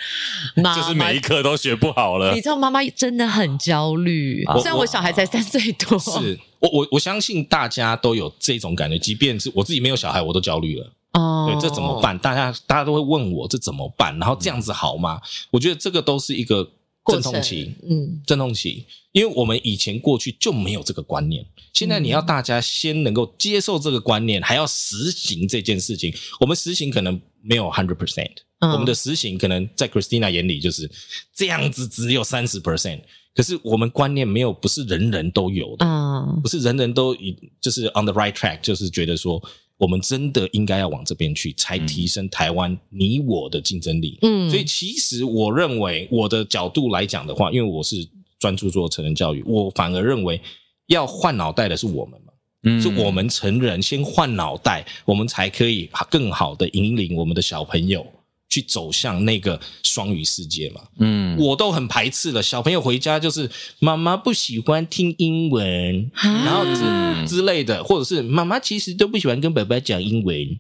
Speaker 3: 妈
Speaker 1: 就是
Speaker 3: 妈
Speaker 1: 每一科都学不好 了
Speaker 3: 你，知道妈妈真的很焦虑，
Speaker 1: 啊
Speaker 3: 虽然我小孩才三岁多，
Speaker 2: 是我我我相信大家都有这种感觉，即便是我自己没有小孩，我都焦虑了。
Speaker 3: 哦
Speaker 2: 对，这怎么？办？大家大家都会问我这怎么办？然后这样子好吗？我觉得这个都是一个
Speaker 3: 过
Speaker 2: 阵
Speaker 3: 程
Speaker 2: 痛期，
Speaker 3: 嗯，
Speaker 2: 阵痛期，因为我们以前过去就没有这个观念，现在你要大家先能够接受这个观念，还要实行这件事情。我们实行可能没有 hundred percent，
Speaker 3: 嗯
Speaker 2: 我们的实行可能在 Christina 眼里就是这样子，只有三十 percent。可是我们观念没有，不是人人都有的，
Speaker 3: 啊，
Speaker 2: 不是人人都以就是 on the right track，就是觉得说我们真的应该要往这边去，才提升台湾你我的竞争力。
Speaker 3: 嗯，
Speaker 2: 所以其实我认为我的角度来讲的话，因为我是专注做成人教育，我反而认为要换脑袋的是我们嘛，
Speaker 1: 嗯
Speaker 2: 是我们成人先换脑袋，我们才可以更好的引领我们的小朋友。去走向那个双语世界嘛，
Speaker 1: 嗯
Speaker 2: 我都很排斥了。小朋友回家就是妈妈不喜欢听英文，
Speaker 3: 啊
Speaker 2: 然后
Speaker 1: 嗯
Speaker 2: 之之类的，或者是妈妈其实都不喜欢跟爸爸讲 英文，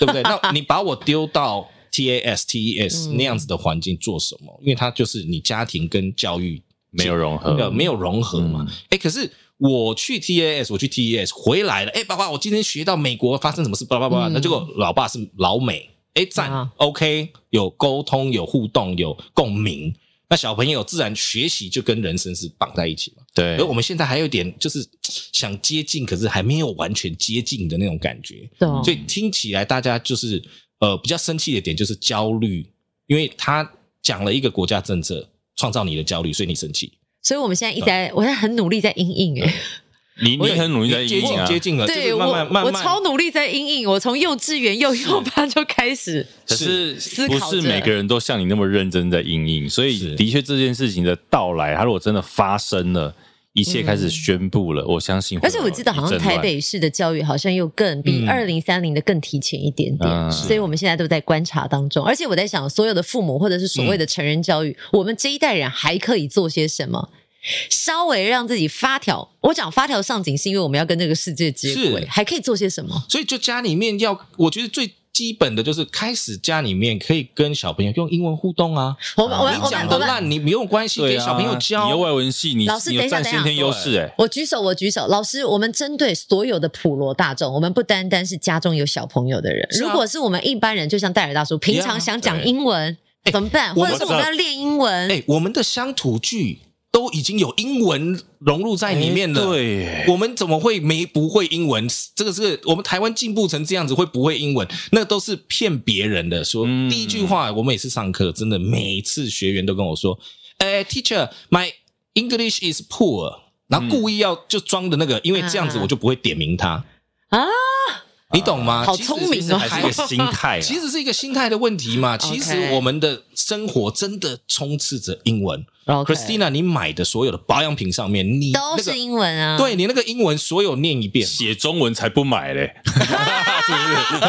Speaker 2: 对不对？那你把我丢到 T A S T E S
Speaker 3: 嗯
Speaker 2: 那样子的环境做什么？因为它就是你家庭跟教育
Speaker 1: 没有融
Speaker 2: 那个
Speaker 1: 合，
Speaker 3: 嗯
Speaker 2: 没有融合嘛。哎、可是我去 T A S，我去 T E S 回来了，哎，爸爸，我今天学到美国发生什么事，巴拉巴拉，
Speaker 3: 嗯
Speaker 2: 那结果老爸是老美，哎，赞、
Speaker 3: 啊
Speaker 2: o k 有沟通，有互动，有共鸣。那小朋友自然学习就跟人生是绑在一起嘛。
Speaker 1: 对
Speaker 2: 而，我们现在还有点就是想接近，可是还没有完全接近的那种感觉，
Speaker 3: 懂
Speaker 2: 所以听起来大家就是呃比较生气的点就是焦虑，因为他讲了一个国家政策创造你的焦虑，所以你生气。
Speaker 3: 所以我们现在一直
Speaker 2: 啊
Speaker 3: 在，我在很努力在阴影哎，
Speaker 1: 你你很努力在
Speaker 2: 接
Speaker 1: 应
Speaker 2: 近
Speaker 1: 啊，
Speaker 2: 接近了，就是
Speaker 3: 对
Speaker 2: 慢
Speaker 3: 我
Speaker 2: 慢慢
Speaker 3: 我
Speaker 2: 慢
Speaker 3: 超努力在阴影，我从幼稚园幼幼班就开始，
Speaker 1: 可是
Speaker 3: 思
Speaker 1: 不
Speaker 3: 考
Speaker 1: 是
Speaker 3: 着
Speaker 1: 每个人都像你那么认真在应应，所以
Speaker 2: 是
Speaker 1: 的确这件事情的到来，它如果真的发生了，一切开始宣布了，我相信会
Speaker 3: 而
Speaker 1: 有一
Speaker 3: 且
Speaker 1: 阵
Speaker 3: 我
Speaker 1: 乱。
Speaker 3: 记得好像台北市的教育好像又更比
Speaker 2: 嗯
Speaker 3: 二零三零的更提前一点点，
Speaker 1: 嗯
Speaker 3: 所以我们现在都在观察当中。而且
Speaker 2: 嗯
Speaker 3: 我在想，所有的父母或者是所谓的成人教育，我们这一代人还可以做些什么？稍微让自己发条。我讲发条上紧，是因为我们要跟这个世界接轨
Speaker 2: 是，
Speaker 3: 还可以做些什么？
Speaker 2: 所以就家里面要，我觉得最基本的就是开始家里面可以跟小朋友用英文互动啊。
Speaker 3: 我们我们
Speaker 2: 你
Speaker 3: 我
Speaker 2: 讲
Speaker 3: 们
Speaker 2: 的
Speaker 3: 我们。
Speaker 2: 烂，你没有关系，
Speaker 1: 对
Speaker 2: 给
Speaker 1: 啊，
Speaker 2: 小朋友教。
Speaker 1: 你有外文系，你
Speaker 3: 老师
Speaker 1: 你
Speaker 3: 等
Speaker 1: 有
Speaker 3: 一下
Speaker 1: 占先天优势哎。
Speaker 3: 我举手，我举手。老师，我们针对所有的普罗大众，我们不单单是家中有小朋友的人，
Speaker 2: 是啊
Speaker 3: 如果是我们一般人，就像戴尔大叔，平常想讲英文怎么办？
Speaker 2: 哎我
Speaker 3: 或者是我们要练英文？
Speaker 2: 哎、我们的乡土剧都已经有英文融入在里面了。
Speaker 1: 哎对耶
Speaker 2: 我们怎么会没不会英文？这个是我们台湾进步成这样子，会不会英文？那都是骗别人的。说、
Speaker 1: 嗯
Speaker 2: 第一句话，我每次上课，真的每次学员都跟我说：“哎、t e a c h e r my English is
Speaker 1: 嗯
Speaker 2: poor。”然后故意要就装的那个，因为这样子
Speaker 3: 啊
Speaker 2: 我就不会点名他
Speaker 3: 啊，
Speaker 2: 你懂吗？
Speaker 3: 好
Speaker 2: 其实
Speaker 3: 聪明哦
Speaker 2: 其实
Speaker 1: 还是一
Speaker 2: 还
Speaker 1: 个心态啊，
Speaker 2: 其实是一个心态的问题嘛。其实
Speaker 3: OK
Speaker 2: 我们的生活真的充斥着英文。
Speaker 3: 然后
Speaker 2: Christina，你买的所有的保养品上面，你
Speaker 3: 都
Speaker 2: 那个
Speaker 3: 是英文啊，
Speaker 2: 对你那个英文所有念一 遍。
Speaker 1: 写中文才不买嘞，
Speaker 3: 我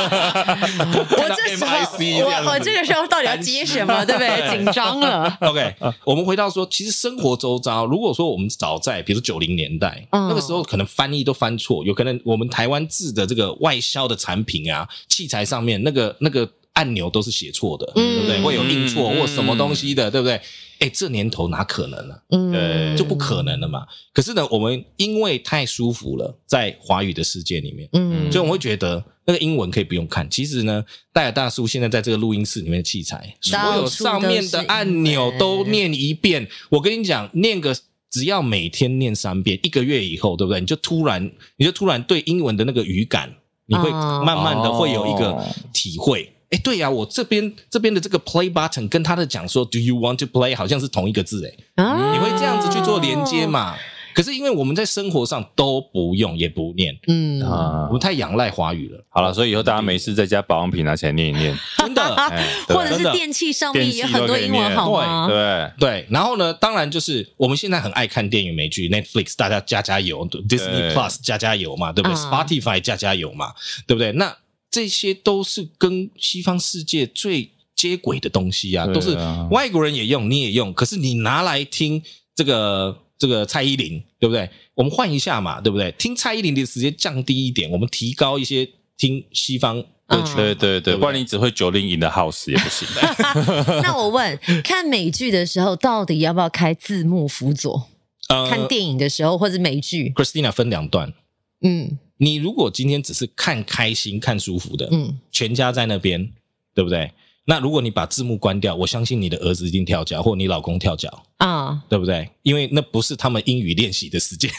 Speaker 3: 这时候，我我这个时候到底要接什 么，对不对？紧张了。
Speaker 2: OK，我们回到说，其实生活周遭，如果说我们早在比如九零年代、
Speaker 3: 嗯
Speaker 2: 那个时候，可能翻译都翻错，有可能我们台湾制的这个外销的产品啊、器材上面那个那个按钮都是写错的，
Speaker 3: 嗯
Speaker 2: 对不对？会有印错
Speaker 1: 嗯
Speaker 2: 或什么东西的，对不对？哎，这年头哪可能啊？
Speaker 1: 对
Speaker 3: 嗯，
Speaker 2: 就不可能了嘛。可是呢，我们因为太舒服了，在华语的世界里面，
Speaker 3: 嗯。
Speaker 2: 所以我会觉得那个英文可以不用看。其实呢，戴尔大叔现在在这个录音室里面的器材，所
Speaker 3: 到
Speaker 2: 有
Speaker 3: 处
Speaker 2: 上面的按钮都念一遍。我跟你讲，念个。只要每天念三遍，一个月以后，对不对？你就突然，你就突然对英文的那个语感，你会
Speaker 3: 哦
Speaker 2: 慢慢的会有一个
Speaker 1: 哦
Speaker 2: 体会。哎、对呀、我这边这边的这个 play button 跟他的讲说 “Do you want to play” 好像是同一个字、诶。
Speaker 3: 啊
Speaker 2: 你会这样子去做连接？嘛？可是因为我们在生活上都不用也不念，
Speaker 3: 嗯，
Speaker 1: 啊
Speaker 2: 我们。太仰赖华语了，
Speaker 1: 好了，所以以后大家没事在家保养品拿起来念一念，
Speaker 2: 真的。
Speaker 1: 哎对
Speaker 3: 啊或者
Speaker 2: 真
Speaker 3: 是
Speaker 2: 的
Speaker 3: 电器上面
Speaker 1: 电器
Speaker 3: 也很多英文好吗？
Speaker 1: 对，
Speaker 2: 对，然后呢？当然就是我们现在很爱看电影美剧，Netflix 大家加加油，Disney Plus 加加油嘛，对不对、
Speaker 3: 嗯
Speaker 2: s p o t i f y 加加油嘛，对不对？那这些都是跟西方世界最接轨的东西啊，
Speaker 1: 对啊
Speaker 2: 都是外国人也用，你也用，可是你拿来听这个这个蔡依林，对不对？我们换一下嘛，对不对？听蔡依林的时间降低一点，我们提高一些听西方歌
Speaker 3: 嗯
Speaker 2: 曲。
Speaker 1: 对对对，
Speaker 2: 不对
Speaker 1: 不然你只会九零赢的 house 也不 行。
Speaker 3: 那我问，看美剧的时候到底要不要开字幕辅佐？
Speaker 2: 呃
Speaker 3: 看电影的时候或者美剧，
Speaker 2: Christina 分两段，
Speaker 3: 嗯
Speaker 2: 你如果今天只是看开心、看舒服的，
Speaker 3: 嗯，
Speaker 2: 全家在那边，对不对？那如果你把字幕关掉，我相信你的儿子一定跳脚，或你老公跳脚，
Speaker 3: 啊
Speaker 2: 对不对？因为那不是他们英语练习的 时间，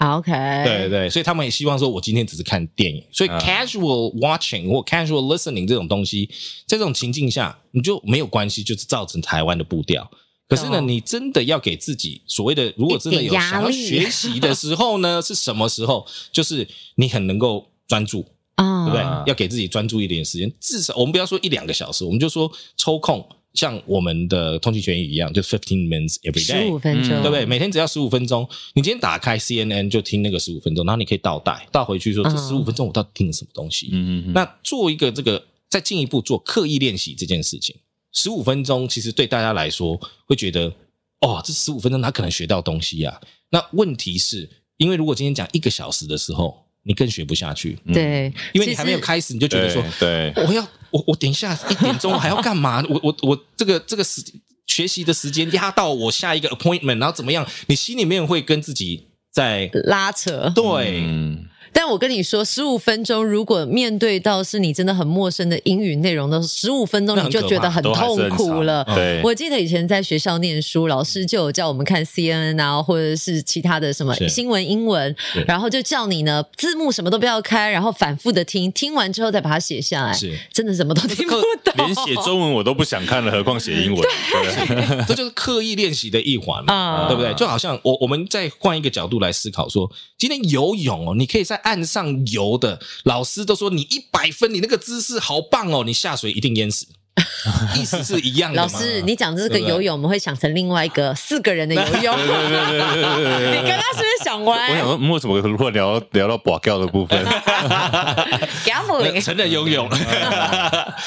Speaker 3: 好，OK，
Speaker 2: 对对，所以他们也希望说，我今天只是看电影，所以
Speaker 3: 啊
Speaker 1: 嗯
Speaker 2: casual watching 或 casual listening 这种东西，这种情境下你就没有关系，就是造成台湾的步调。可是呢，
Speaker 3: 懂
Speaker 2: 你真的要给自己所谓的，如果真的
Speaker 3: 哦一
Speaker 2: 有
Speaker 3: 点压
Speaker 2: 想要
Speaker 3: 力
Speaker 2: 学习的时候呢，是什么时候？就是你很能够专注，
Speaker 3: 啊，
Speaker 2: 对不对
Speaker 1: 啊？
Speaker 2: 要给自己专注一点时间，至少我们不要说一两个小时，我们就说抽空，像我们的通勤权益一样，就 fifteen minutes every
Speaker 3: 十
Speaker 2: day，
Speaker 3: 五分钟，
Speaker 1: 嗯
Speaker 2: 对不对？每天只要十五分钟，你今天打开 CNN 就听那个十五分钟，然后你可以倒带倒回去说，
Speaker 3: 嗯
Speaker 2: 这十五分钟我到底听了什么东西？
Speaker 1: 嗯嗯嗯，
Speaker 2: 那做一个这个再进一步做刻意练习这件事情，十五分钟其实对大家来说会觉得，哦，这十五分钟哪可能学到东西呀、那问题是因为如果今天讲一个小时的时候，你更学不下去。
Speaker 3: 对，
Speaker 2: 嗯因为你还没有
Speaker 3: 其实
Speaker 2: 开始，你就觉得
Speaker 1: 对
Speaker 2: 说，
Speaker 1: 对，
Speaker 2: 我要我我等一下一点钟还要干嘛？ 我我我这个这个时学习的时间压到我下一个 appointment，然后怎么样？你心里面会跟自己在
Speaker 3: 拉扯。
Speaker 2: 对、
Speaker 1: 嗯，
Speaker 3: 但我跟你说，十五分钟如果面对到是你真的很陌生的英语内容的十五分钟
Speaker 2: 那
Speaker 3: 你
Speaker 2: 很
Speaker 3: 就觉得很
Speaker 1: 都还是
Speaker 3: 痛
Speaker 1: 很
Speaker 3: 苦
Speaker 1: 长
Speaker 3: 了。
Speaker 1: 对，
Speaker 3: 我记得以前在学校念书，老师就有叫我们看 CNN 啊，或者是其他的什么
Speaker 2: 是
Speaker 3: 新闻英文
Speaker 2: 对，
Speaker 3: 然后就叫你呢字幕什么都不要开，然后反复的听，听完之后再把它写下来。
Speaker 2: 嗯是，
Speaker 3: 真的什么都听不懂，
Speaker 1: 连 写中文我都不想看了，何况写英文？对
Speaker 2: 这就是刻意练习的一环嘛。
Speaker 3: 啊
Speaker 2: 对不对？就好像我我们再换一个角度来思考说，今天游泳哦，你可以在岸上游的，老师都说你一百分，你那个姿势好棒哦，你下水一定淹死。意思是一样的
Speaker 3: 老
Speaker 2: 嘛。
Speaker 3: 师，你讲这个
Speaker 2: 对不
Speaker 3: 游
Speaker 2: 对
Speaker 3: 泳，我们会想成另外一个四个人的游泳。 你刚刚是不是想
Speaker 1: 我想
Speaker 3: 歪？
Speaker 1: 说，嗯为什么如果聊到聊到拔掉的部分？
Speaker 2: 那
Speaker 3: gambling
Speaker 2: 成人呃游泳，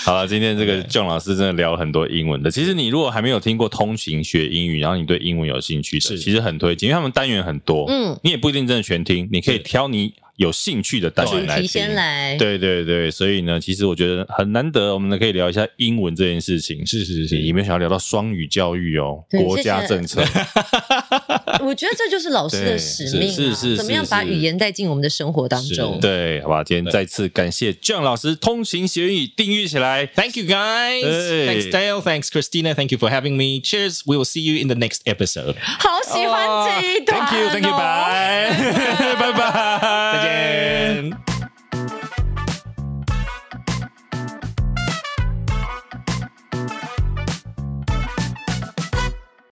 Speaker 1: 好了，今天这个 John 老师真的聊了很多英
Speaker 2: 嗯
Speaker 1: 文的。其实你如果还没有听过通勤学英语，然后你对英文有兴趣的，
Speaker 2: 是
Speaker 1: 其实很推荐，因为他们单元很多，
Speaker 3: 嗯，
Speaker 1: 你也不一定真的全听，你可以
Speaker 2: 是
Speaker 1: 挑你有兴趣的单
Speaker 2: 主
Speaker 1: 元来
Speaker 3: 提
Speaker 1: 听。
Speaker 3: 先来，
Speaker 1: 对对对，所以呢，其实我觉得很难得，我们可以聊一下英文这件事情。
Speaker 2: 是是
Speaker 1: 你们想要聊到双语教育哦，
Speaker 3: 对
Speaker 1: 国家政策，
Speaker 3: 我觉得这就是老师的
Speaker 1: 对
Speaker 3: 使
Speaker 1: 是
Speaker 3: 命
Speaker 1: 是
Speaker 3: 啊
Speaker 1: 是，
Speaker 3: 怎么样
Speaker 1: 是
Speaker 3: 把
Speaker 1: 是
Speaker 3: 语言带进我们的生活当中
Speaker 2: 是？
Speaker 1: 对，好吧，今天再次感谢 John 老师通勤学英语，订阅起来，
Speaker 2: Thank you guys.
Speaker 1: Hey.
Speaker 2: Thanks, Dale. Thanks, Christina. Thank you for having me. Cheers. We will see you in the next episode.
Speaker 3: 好喜欢这一段哦
Speaker 1: Thank you，Thank you，拜拜拜，
Speaker 2: 再见。